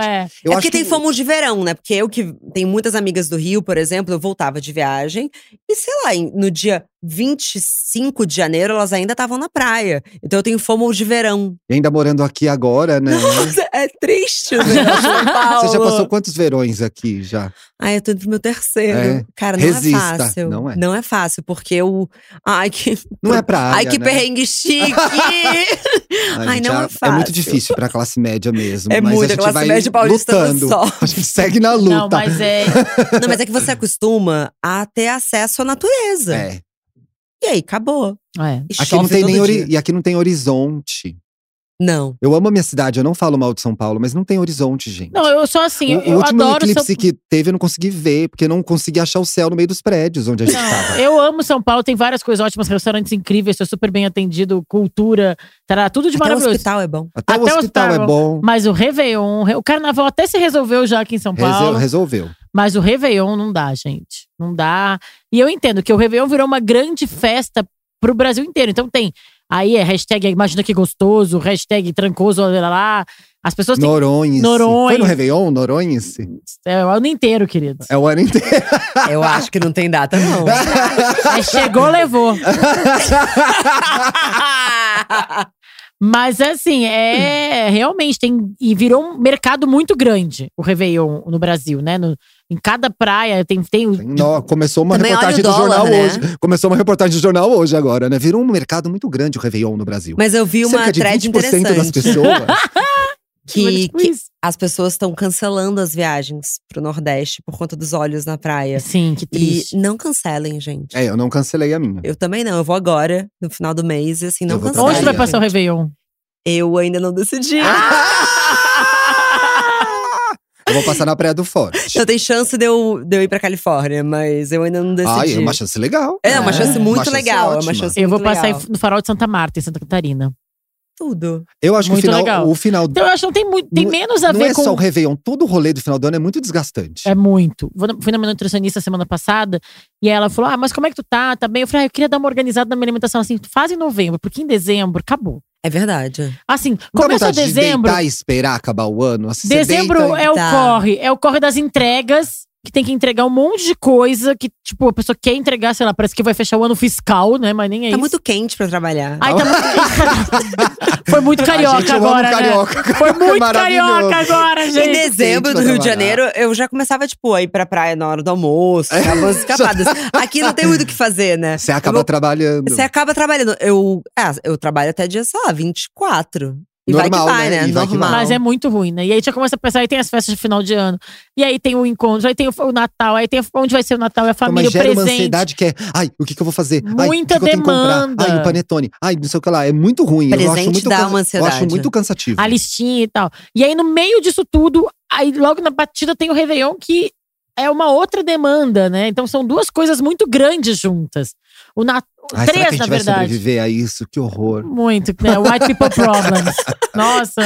Speaker 3: é.
Speaker 2: Eu
Speaker 1: é
Speaker 2: acho
Speaker 1: porque tem fomo de verão, né? Porque eu que tenho muitas amigas do Rio, por exemplo, eu voltava de viagem e, sei lá, em- no dia 25 de janeiro elas ainda estavam na praia. Então eu tenho fomo de verão.
Speaker 2: E ainda morando aqui agora, né?
Speaker 1: É triste, né? São Paulo.
Speaker 2: Você já passou quantos verões aqui já?
Speaker 1: Ai, eu tô indo pro meu terceiro.
Speaker 2: É.
Speaker 1: Cara, não
Speaker 2: Resista.
Speaker 1: é fácil.
Speaker 2: Não é.
Speaker 1: Não é fácil, porque eu. Ai, que.
Speaker 2: Não é pra área,
Speaker 1: Ai, que
Speaker 2: né?
Speaker 1: perrengue chique!
Speaker 2: Ai,
Speaker 1: Ai,
Speaker 2: gente,
Speaker 1: não é
Speaker 2: a-
Speaker 1: fácil.
Speaker 2: muito difícil pra classe média mesmo.
Speaker 1: é
Speaker 2: mas a
Speaker 1: muito, a
Speaker 2: gente
Speaker 1: classe
Speaker 2: vai
Speaker 1: média paulista
Speaker 2: lutando.
Speaker 1: só.
Speaker 2: A gente segue na luta.
Speaker 3: Não, mas é.
Speaker 1: Não, mas é que você acostuma a ter acesso à natureza.
Speaker 2: É.
Speaker 1: E aí, acabou.
Speaker 3: é.
Speaker 1: E
Speaker 2: Aqui
Speaker 1: chove
Speaker 2: não tem
Speaker 1: todo
Speaker 2: nem
Speaker 1: dia.
Speaker 2: ori- E aqui não tem horizonte.
Speaker 1: Não.
Speaker 2: Eu amo a minha cidade, eu não falo mal de São Paulo, mas não tem horizonte, gente.
Speaker 3: Não, eu sou assim,
Speaker 2: o, o
Speaker 3: eu
Speaker 2: último
Speaker 3: adoro São
Speaker 2: eclipse que teve, eu não consegui ver, porque eu não consegui achar o céu no meio dos prédios onde a gente
Speaker 3: Não, É,
Speaker 2: tava.
Speaker 3: eu amo São Paulo, tem várias coisas ótimas, restaurantes incríveis, sou super bem atendido, cultura, tará, tudo de
Speaker 1: Até o
Speaker 3: maravilhoso.
Speaker 1: hospital é bom.
Speaker 2: Até, o
Speaker 3: Até o
Speaker 2: hospital
Speaker 3: hospital.
Speaker 2: é bom.
Speaker 3: Mas o Réveillon, o carnaval até se resolveu já aqui em São
Speaker 2: Resol-
Speaker 3: Paulo,
Speaker 2: resolveu.
Speaker 3: mas o Réveillon não dá, gente. Não dá. E eu entendo que o Réveillon virou uma grande festa pro Brasil inteiro. Então tem. Aí é hashtag imagina que gostoso, hashtag trancoso, lá, lá, lá. As pessoas têm.
Speaker 2: assim, Noronha.
Speaker 3: Noronha.
Speaker 2: Foi no Réveillon, Noronha? -se?
Speaker 3: É o ano inteiro, querido.
Speaker 2: É o ano inteiro.
Speaker 1: Eu acho que não tem data, não.
Speaker 3: É, chegou, levou. Mas assim,
Speaker 1: Hum.
Speaker 3: é realmente tem e virou um mercado muito grande o Réveillon no Brasil, né? No- em cada praia tem tem o-
Speaker 2: Nó, começou uma
Speaker 1: Também olha
Speaker 2: reportagem
Speaker 1: o
Speaker 2: do
Speaker 1: dólar,
Speaker 2: jornal
Speaker 1: né?
Speaker 2: hoje. Começou uma reportagem do jornal hoje agora, né? Virou um mercado muito grande o Réveillon no Brasil.
Speaker 1: Mas eu vi uma
Speaker 2: Cerca de
Speaker 1: thread
Speaker 2: 20% das
Speaker 1: interessante
Speaker 2: pessoas.
Speaker 1: que,
Speaker 3: tipo
Speaker 1: que
Speaker 3: isso.
Speaker 1: as pessoas estão cancelando as viagens pro Nordeste por conta dos olhos na praia.
Speaker 3: Sim, assim, que
Speaker 1: E
Speaker 3: triste.
Speaker 1: não cancelem, gente.
Speaker 2: é, eu não cancelei a minha.
Speaker 1: Eu também não. Eu vou agora, no final do mês, e assim, não
Speaker 2: Eu vou
Speaker 1: cancelem.
Speaker 3: Onde tu vai
Speaker 2: Praia.
Speaker 3: passar o Réveillon?
Speaker 1: Eu ainda não decidi.
Speaker 2: Ah! Eu vou passar na Praia do Forte.
Speaker 1: Então tem chance de eu, de eu ir pra Califórnia, mas eu ainda não decidi.
Speaker 2: Ai, é uma chance legal.
Speaker 1: É uma chance muito
Speaker 2: Uma chance
Speaker 1: legal. É
Speaker 2: ótima.
Speaker 1: uma chance
Speaker 3: Eu vou
Speaker 1: muito
Speaker 3: passar
Speaker 1: legal.
Speaker 3: em- no Farol de Santa Marta, em Santa Catarina.
Speaker 1: tudo.
Speaker 2: Eu acho que o
Speaker 3: Muito
Speaker 2: final,
Speaker 3: legal.
Speaker 2: o final
Speaker 3: Então eu acho que não tem muito, tem
Speaker 2: Não-
Speaker 3: menos a
Speaker 2: não
Speaker 3: ver
Speaker 2: é
Speaker 3: com
Speaker 2: só o Réveillon, todo o rolê do final do ano é muito desgastante.
Speaker 3: É muito. Vou na- Fui na minha nutricionista semana passada e ela falou: Ah, mas como é que tu tá? Tá bem? Eu falei: ah, eu queria dar uma organizada na minha alimentação. Assim, faz em novembro, porque em dezembro acabou.
Speaker 1: É verdade.
Speaker 3: Assim,
Speaker 2: Não dá
Speaker 3: começa
Speaker 2: vontade tá de
Speaker 3: dezembro.
Speaker 2: deitar e esperar acabar o ano? Assim, você
Speaker 3: Dezembro
Speaker 2: deita e-
Speaker 3: é o
Speaker 1: Tá.
Speaker 3: corre, é o corre das entregas. que tem que entregar um monte de coisa que, tipo, a pessoa quer entregar, sei lá, parece que vai fechar o ano fiscal, né? Mas nem
Speaker 1: Tá
Speaker 3: é isso.
Speaker 1: muito quente pra trabalhar.
Speaker 3: Ai, tá muito. Foi muito carioca
Speaker 2: A gente, eu amo
Speaker 3: agora. né?
Speaker 2: carioca.
Speaker 3: Foi muito
Speaker 2: Maravilhoso.
Speaker 3: carioca agora,
Speaker 1: Em
Speaker 3: gente.
Speaker 1: dezembro
Speaker 2: quente
Speaker 1: do
Speaker 2: pra
Speaker 1: Rio de
Speaker 2: trabalhar.
Speaker 1: Janeiro, eu já começava, tipo, a ir pra praia na hora do
Speaker 2: É.
Speaker 1: almoço, acabando escapadas. Aqui não tem muito o que fazer, né?
Speaker 2: Você acaba
Speaker 1: Eu vou-
Speaker 2: trabalhando.
Speaker 3: é
Speaker 1: Você acaba trabalhando. Eu, é, eu trabalho até dia, sei lá, 24. E
Speaker 2: Normal,
Speaker 1: vai que vai,
Speaker 2: né?
Speaker 1: né?
Speaker 2: E vai que
Speaker 1: Normal.
Speaker 2: vai.
Speaker 3: Mas é muito ruim, né? E aí já começa a pensar, aí tem as festas de final de ano. E aí tem o encontro, aí tem o, o Natal, aí tem onde vai ser o Natal, é a
Speaker 2: Então,
Speaker 3: família,
Speaker 2: mas gera
Speaker 3: o
Speaker 2: uma
Speaker 3: presente.
Speaker 2: ansiedade que é, ai, o que, que eu vou fazer? ai, o
Speaker 3: Muita
Speaker 2: que que eu tenho que comprar?
Speaker 3: demanda.
Speaker 2: Ai, o panetone. Ai, não sei o que lá. É muito ruim. eu acho
Speaker 1: Presente
Speaker 2: muito
Speaker 1: dá
Speaker 2: cansa-
Speaker 1: uma
Speaker 2: Eu
Speaker 1: ansiedade.
Speaker 2: acho muito cansativo.
Speaker 3: a listinha e tal. E aí, no meio disso tudo, aí logo na batida tem o Réveillon, que é uma outra demanda, né? Então são duas coisas muito grandes juntas. O Natal.
Speaker 2: Ai, será que a
Speaker 3: Três,
Speaker 2: gente
Speaker 3: na
Speaker 2: vai
Speaker 3: verdade.
Speaker 2: sobreviver a isso? Que horror.
Speaker 3: Muito, né? White people problems. Nossa.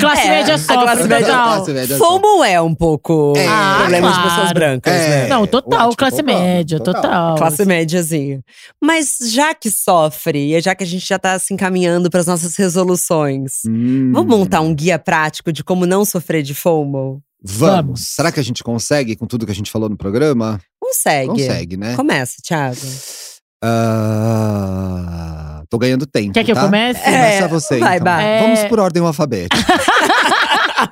Speaker 3: Classe
Speaker 1: É,
Speaker 3: média
Speaker 1: a
Speaker 3: sofre,
Speaker 1: classe média
Speaker 3: total.
Speaker 2: Classe média só.
Speaker 1: Fomo é um pouco
Speaker 2: É,
Speaker 1: o problema de
Speaker 3: claro.
Speaker 1: pessoas brancas,
Speaker 2: É.
Speaker 1: né?
Speaker 3: Não, total,
Speaker 2: White
Speaker 3: classe
Speaker 2: people problem,
Speaker 3: média,
Speaker 2: total.
Speaker 3: total.
Speaker 1: Classe médiazinha. Mas já que sofre, e já que a gente já tá se encaminhando pras nossas resoluções,
Speaker 2: Hum,
Speaker 1: vamos montar um guia prático de como não sofrer de FOMO?
Speaker 2: Vamos.
Speaker 3: Vamos.
Speaker 2: Será que a gente consegue com tudo que a gente falou no programa?
Speaker 1: Consegue.
Speaker 2: Consegue, né?
Speaker 1: Começa, Thiago.
Speaker 2: Ah, tô ganhando tempo.
Speaker 3: Quer que eu
Speaker 2: tá?
Speaker 3: comece?
Speaker 1: É.
Speaker 2: Começa você.
Speaker 1: vai,
Speaker 2: então.
Speaker 1: vai.
Speaker 3: É.
Speaker 2: Vamos por ordem alfabética.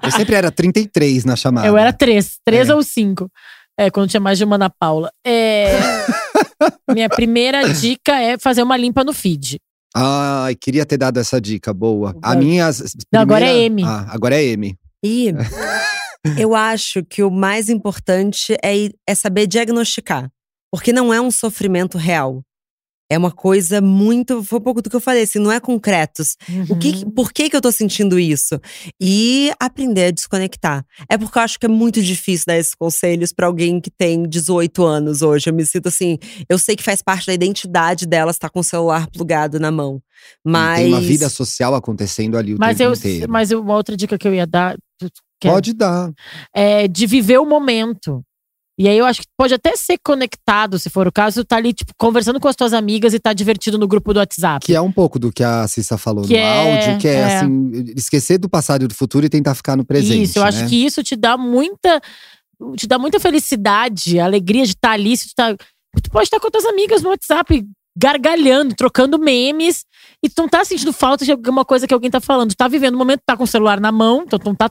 Speaker 2: eu sempre era 33 na chamada.
Speaker 3: Eu era três. Três
Speaker 2: É.
Speaker 3: ou cinco. É, quando tinha mais de uma Ana Paula. É, minha primeira dica é fazer uma limpa no feed.
Speaker 2: Ai, queria ter dado essa dica, boa. A
Speaker 3: Vai.
Speaker 2: minha. as-
Speaker 3: Não, agora
Speaker 2: primeira-
Speaker 3: é M.
Speaker 2: Ah, agora é M.
Speaker 1: E eu acho que o mais importante é, ir- é saber diagnosticar. Porque não é um sofrimento real. É uma coisa muito. Foi um pouco do que eu falei, assim, não é concretos. O que,
Speaker 2: Uhum.
Speaker 1: por que, que eu tô sentindo isso? E aprender a desconectar. É porque eu acho que é muito difícil dar esses conselhos pra alguém que tem 18 anos hoje. Eu me sinto assim. Eu sei que faz parte da identidade dela estar com o celular plugado na mão. Mas.
Speaker 2: Tem uma vida social acontecendo ali o
Speaker 3: Mas
Speaker 2: tempo
Speaker 3: eu,
Speaker 2: inteiro.
Speaker 3: mas eu- uma outra dica que eu ia dar tu- tu quer?
Speaker 2: Pode dar.
Speaker 3: é de viver o momento. E aí eu acho que pode até ser conectado, se for o caso, tá ali tipo conversando com as tuas amigas e tá divertido no grupo do WhatsApp.
Speaker 2: Que é um pouco do que a Cissa falou
Speaker 3: Que
Speaker 2: no
Speaker 3: é-
Speaker 2: áudio, que é,
Speaker 3: é.
Speaker 2: assim, esquecer do passado e do futuro e tentar ficar no presente.
Speaker 3: isso, eu acho
Speaker 2: né?
Speaker 3: que isso te dá muita te dá muita felicidade, a alegria de estar ali, se tu, tá, tu pode estar com as tuas amigas no WhatsApp gargalhando, trocando memes e tu não tá sentindo falta de alguma coisa que alguém tá falando. Tu tá vivendo o momento, tá com o celular na mão, então tu não tá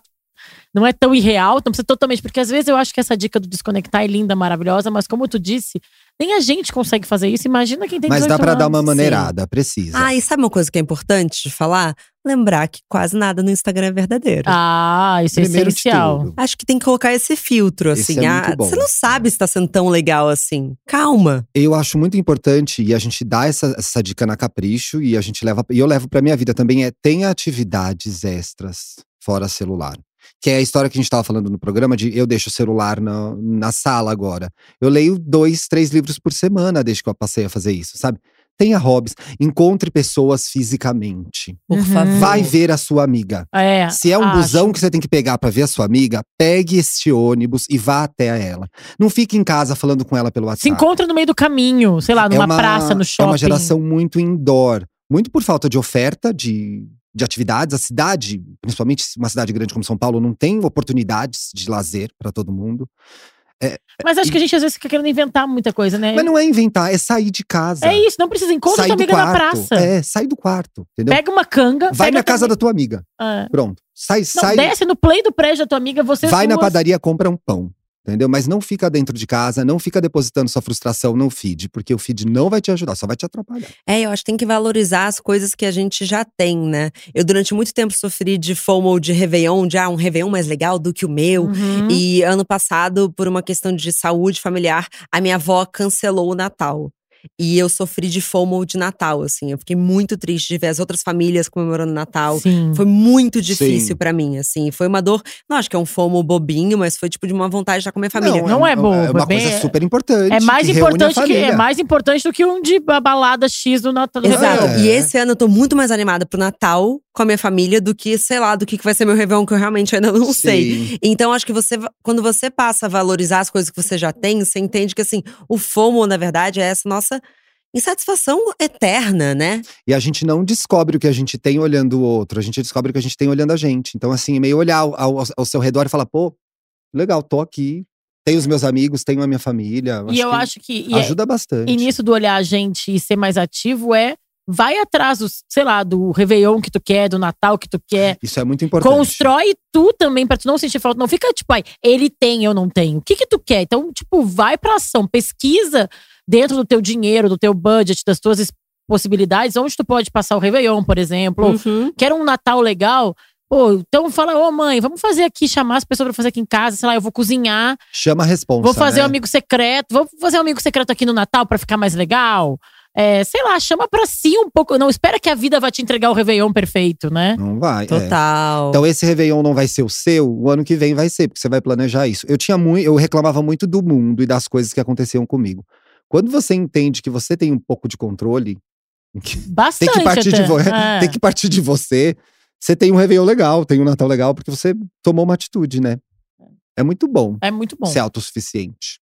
Speaker 3: não é tão irreal, não precisa totalmente, porque às vezes eu acho que essa dica do desconectar é linda, maravilhosa, mas como tu disse, nem a gente consegue fazer isso. Imagina quem tem
Speaker 2: Mas dá
Speaker 3: 18
Speaker 2: pra dar uma
Speaker 3: anos.
Speaker 2: maneirada, precisa.
Speaker 1: Ah, e sabe uma coisa que é importante de falar? Lembrar que quase nada no Instagram é verdadeiro.
Speaker 3: Ah, isso é
Speaker 2: Primeiro de
Speaker 3: essencial.
Speaker 2: tudo.
Speaker 1: Acho que tem que colocar esse filtro,
Speaker 2: Esse
Speaker 1: assim.
Speaker 2: é
Speaker 1: ah,
Speaker 2: muito bom.
Speaker 1: Você não sabe se tá sendo tão legal assim. Calma.
Speaker 2: Eu acho muito importante, e a gente dá essa, essa dica na Capricho, e a gente leva, e eu levo pra minha vida também, é tenha atividades extras fora celular. Que é a história que a gente tava falando no programa de eu deixo o celular na, na sala agora. Eu leio dois, três livros por semana desde que eu passei a fazer isso, sabe? Tenha hobbies, encontre pessoas fisicamente.
Speaker 1: Por
Speaker 3: Uhum.
Speaker 1: favor.
Speaker 2: Vai ver a sua amiga.
Speaker 3: É,
Speaker 2: Se é um
Speaker 3: acho.
Speaker 2: busão que você tem que pegar pra ver a sua amiga, pegue este ônibus e vá até ela. Não fique em casa falando com ela pelo WhatsApp.
Speaker 3: Se encontra no meio do caminho, sei lá, Tá numa praça, no shopping.
Speaker 2: É Tá. uma geração muito indoor. Muito por falta de oferta de, de atividades. A cidade, principalmente uma cidade grande como São Paulo, não tem oportunidades de lazer pra todo mundo.
Speaker 3: Mas acho que a gente às vezes fica querendo inventar muita coisa, né?
Speaker 2: Mas não é inventar, é sair de casa.
Speaker 3: é isso, não precisa. Encontra
Speaker 2: sair
Speaker 3: tua
Speaker 2: do
Speaker 3: amiga na
Speaker 2: quarto.
Speaker 3: praça.
Speaker 2: É, sai do quarto, entendeu?
Speaker 3: Pega uma canga.
Speaker 2: Vai
Speaker 3: pega
Speaker 2: na casa
Speaker 3: tua...
Speaker 2: da tua amiga.
Speaker 3: É.
Speaker 2: Pronto. Sai,
Speaker 3: Não,
Speaker 2: sai.
Speaker 3: desce no play do prédio da tua amiga, você
Speaker 2: Vai na padaria, compra um pão. Entendeu? Mas não fica dentro de casa, não fica depositando sua frustração no feed, porque o feed não vai te ajudar, só vai te atrapalhar.
Speaker 1: É, eu acho que tem que valorizar as coisas que a gente já tem, né? Eu durante muito tempo sofri de FOMO de Réveillon, de ah, um Réveillon mais legal do que o meu.
Speaker 3: Uhum.
Speaker 1: E ano passado, por uma questão de saúde familiar, a minha avó cancelou o Natal. E eu sofri de FOMO de Natal, assim. Eu fiquei muito triste de ver as outras famílias comemorando Natal.
Speaker 3: Sim.
Speaker 1: Foi muito difícil
Speaker 2: Sim.
Speaker 1: pra mim, assim. Foi uma dor. Não, acho que é um fomo bobinho, mas foi tipo de uma vontade de estar com a minha família.
Speaker 3: não é bobo,
Speaker 2: É uma
Speaker 3: é bem-
Speaker 2: coisa super importante.
Speaker 3: É mais
Speaker 2: que reúne a
Speaker 3: importante que é
Speaker 2: família.
Speaker 3: mais importante do que um de ba- balada X do Natal.
Speaker 1: Exato.
Speaker 2: É.
Speaker 1: E esse ano eu tô muito mais animada pro Natal com a minha família do que, sei lá, do que que vai ser meu Réveillon, que eu realmente ainda não sei.
Speaker 2: Sim.
Speaker 1: Então, acho que você, va- quando você passa a valorizar as coisas que você já tem, você entende que, assim, o FOMO, na verdade, é essa nossa insatisfação eterna, né?
Speaker 2: E a gente não descobre o que a gente tem olhando o outro, a gente descobre o que a gente é tem olhando a gente. Então, assim, meio olhar ao, ao- ao seu redor e falar, pô, legal, tô aqui, Tenho os meus amigos, tenho a minha família.
Speaker 3: E eu
Speaker 2: que
Speaker 3: acho que. e é-
Speaker 2: ajuda bastante.
Speaker 3: E nisso do olhar a gente e ser mais ativo é vai atrás, do, sei lá, do Réveillon que tu quer, do Natal que tu quer.
Speaker 2: Isso é muito importante.
Speaker 3: Constrói tu também pra tu não sentir falta. Não fica tipo, ai, ele tem, eu não tenho. O que que tu quer? Então, tipo, vai pra ação. Pesquisa dentro do teu dinheiro, do teu budget, das tuas es- possibilidades. Onde tu pode passar o Réveillon, por exemplo.
Speaker 2: Hum.
Speaker 1: Uhum.
Speaker 3: Quer um Natal legal? Pô, então fala, ô mãe, vamos fazer aqui, chamar as pessoas pra fazer aqui em casa. Sei lá, eu vou cozinhar.
Speaker 2: Chama a responsa.
Speaker 3: Vou fazer
Speaker 2: né?
Speaker 3: um amigo secreto. Vou fazer um amigo secreto aqui no Natal pra ficar mais legal. É, sei lá, chama pra si um pouco. Não espera que a vida vá te entregar o Réveillon perfeito, né?
Speaker 2: Não vai. é.
Speaker 1: Total.
Speaker 2: Então esse Réveillon não vai ser o seu, o ano que vem vai ser, porque você vai planejar isso. Eu tinha muito, eu reclamava muito do mundo e das coisas que aconteciam comigo. Quando você entende que você tem um pouco de controle, tem
Speaker 3: Bastante.
Speaker 2: que partir de,
Speaker 3: até.
Speaker 2: vo-
Speaker 3: É.
Speaker 2: tem que partir de você, você tem um Réveillon legal, tem um Natal legal, porque você tomou uma atitude, né? É muito bom,
Speaker 3: É muito bom.
Speaker 2: ser autossuficiente.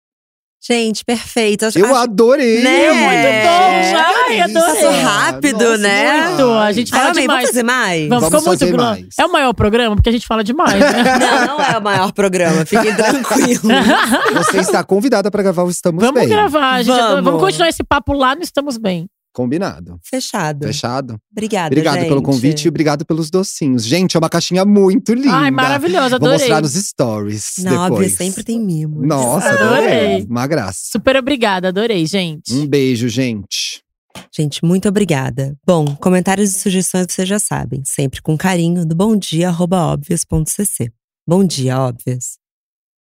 Speaker 1: Gente, perfeito. Acho-
Speaker 2: Eu
Speaker 1: acho-
Speaker 2: adorei!
Speaker 1: Né? Muito bom,
Speaker 3: já.
Speaker 2: Que
Speaker 3: Ai, adorei.
Speaker 2: delícia.
Speaker 1: Passou rápido, né?
Speaker 2: demais.
Speaker 3: Muito, a gente
Speaker 1: Ah,
Speaker 3: fala
Speaker 1: amei,
Speaker 3: demais.
Speaker 1: vamos fazer mais?
Speaker 3: Vamos,
Speaker 2: Vamos
Speaker 3: ficou muito
Speaker 2: fazer
Speaker 3: gro-
Speaker 2: mais.
Speaker 3: É o maior programa, porque a gente fala demais, né?
Speaker 1: Não, não é o maior programa, fiquem tranquilos.
Speaker 2: Você está convidada para gravar o Estamos
Speaker 3: vamos
Speaker 2: Bem.
Speaker 3: gravar, gente.
Speaker 1: Vamos.
Speaker 3: Vamos continuar esse papo lá no Estamos Bem.
Speaker 2: Combinado.
Speaker 1: Fechado.
Speaker 2: Fechado?
Speaker 1: Obrigada,
Speaker 2: Obrigado pelo
Speaker 1: gente.
Speaker 2: convite e obrigado pelos docinhos. Gente, é uma caixinha muito linda.
Speaker 3: Ai, maravilhosa,
Speaker 2: Vou
Speaker 3: adorei.
Speaker 2: mostrar nos stories
Speaker 1: Não, óbvio,
Speaker 2: depois.
Speaker 1: é sempre tem mimo.
Speaker 2: Nossa,
Speaker 3: Adorei.
Speaker 2: adorei. Uma graça.
Speaker 3: Super obrigada, adorei, gente.
Speaker 2: Um beijo, gente.
Speaker 1: Gente, muito obrigada. Bom, comentários e sugestões vocês já sabem, sempre com carinho do bomdia@obvias.cc. Bom dia, óbvias.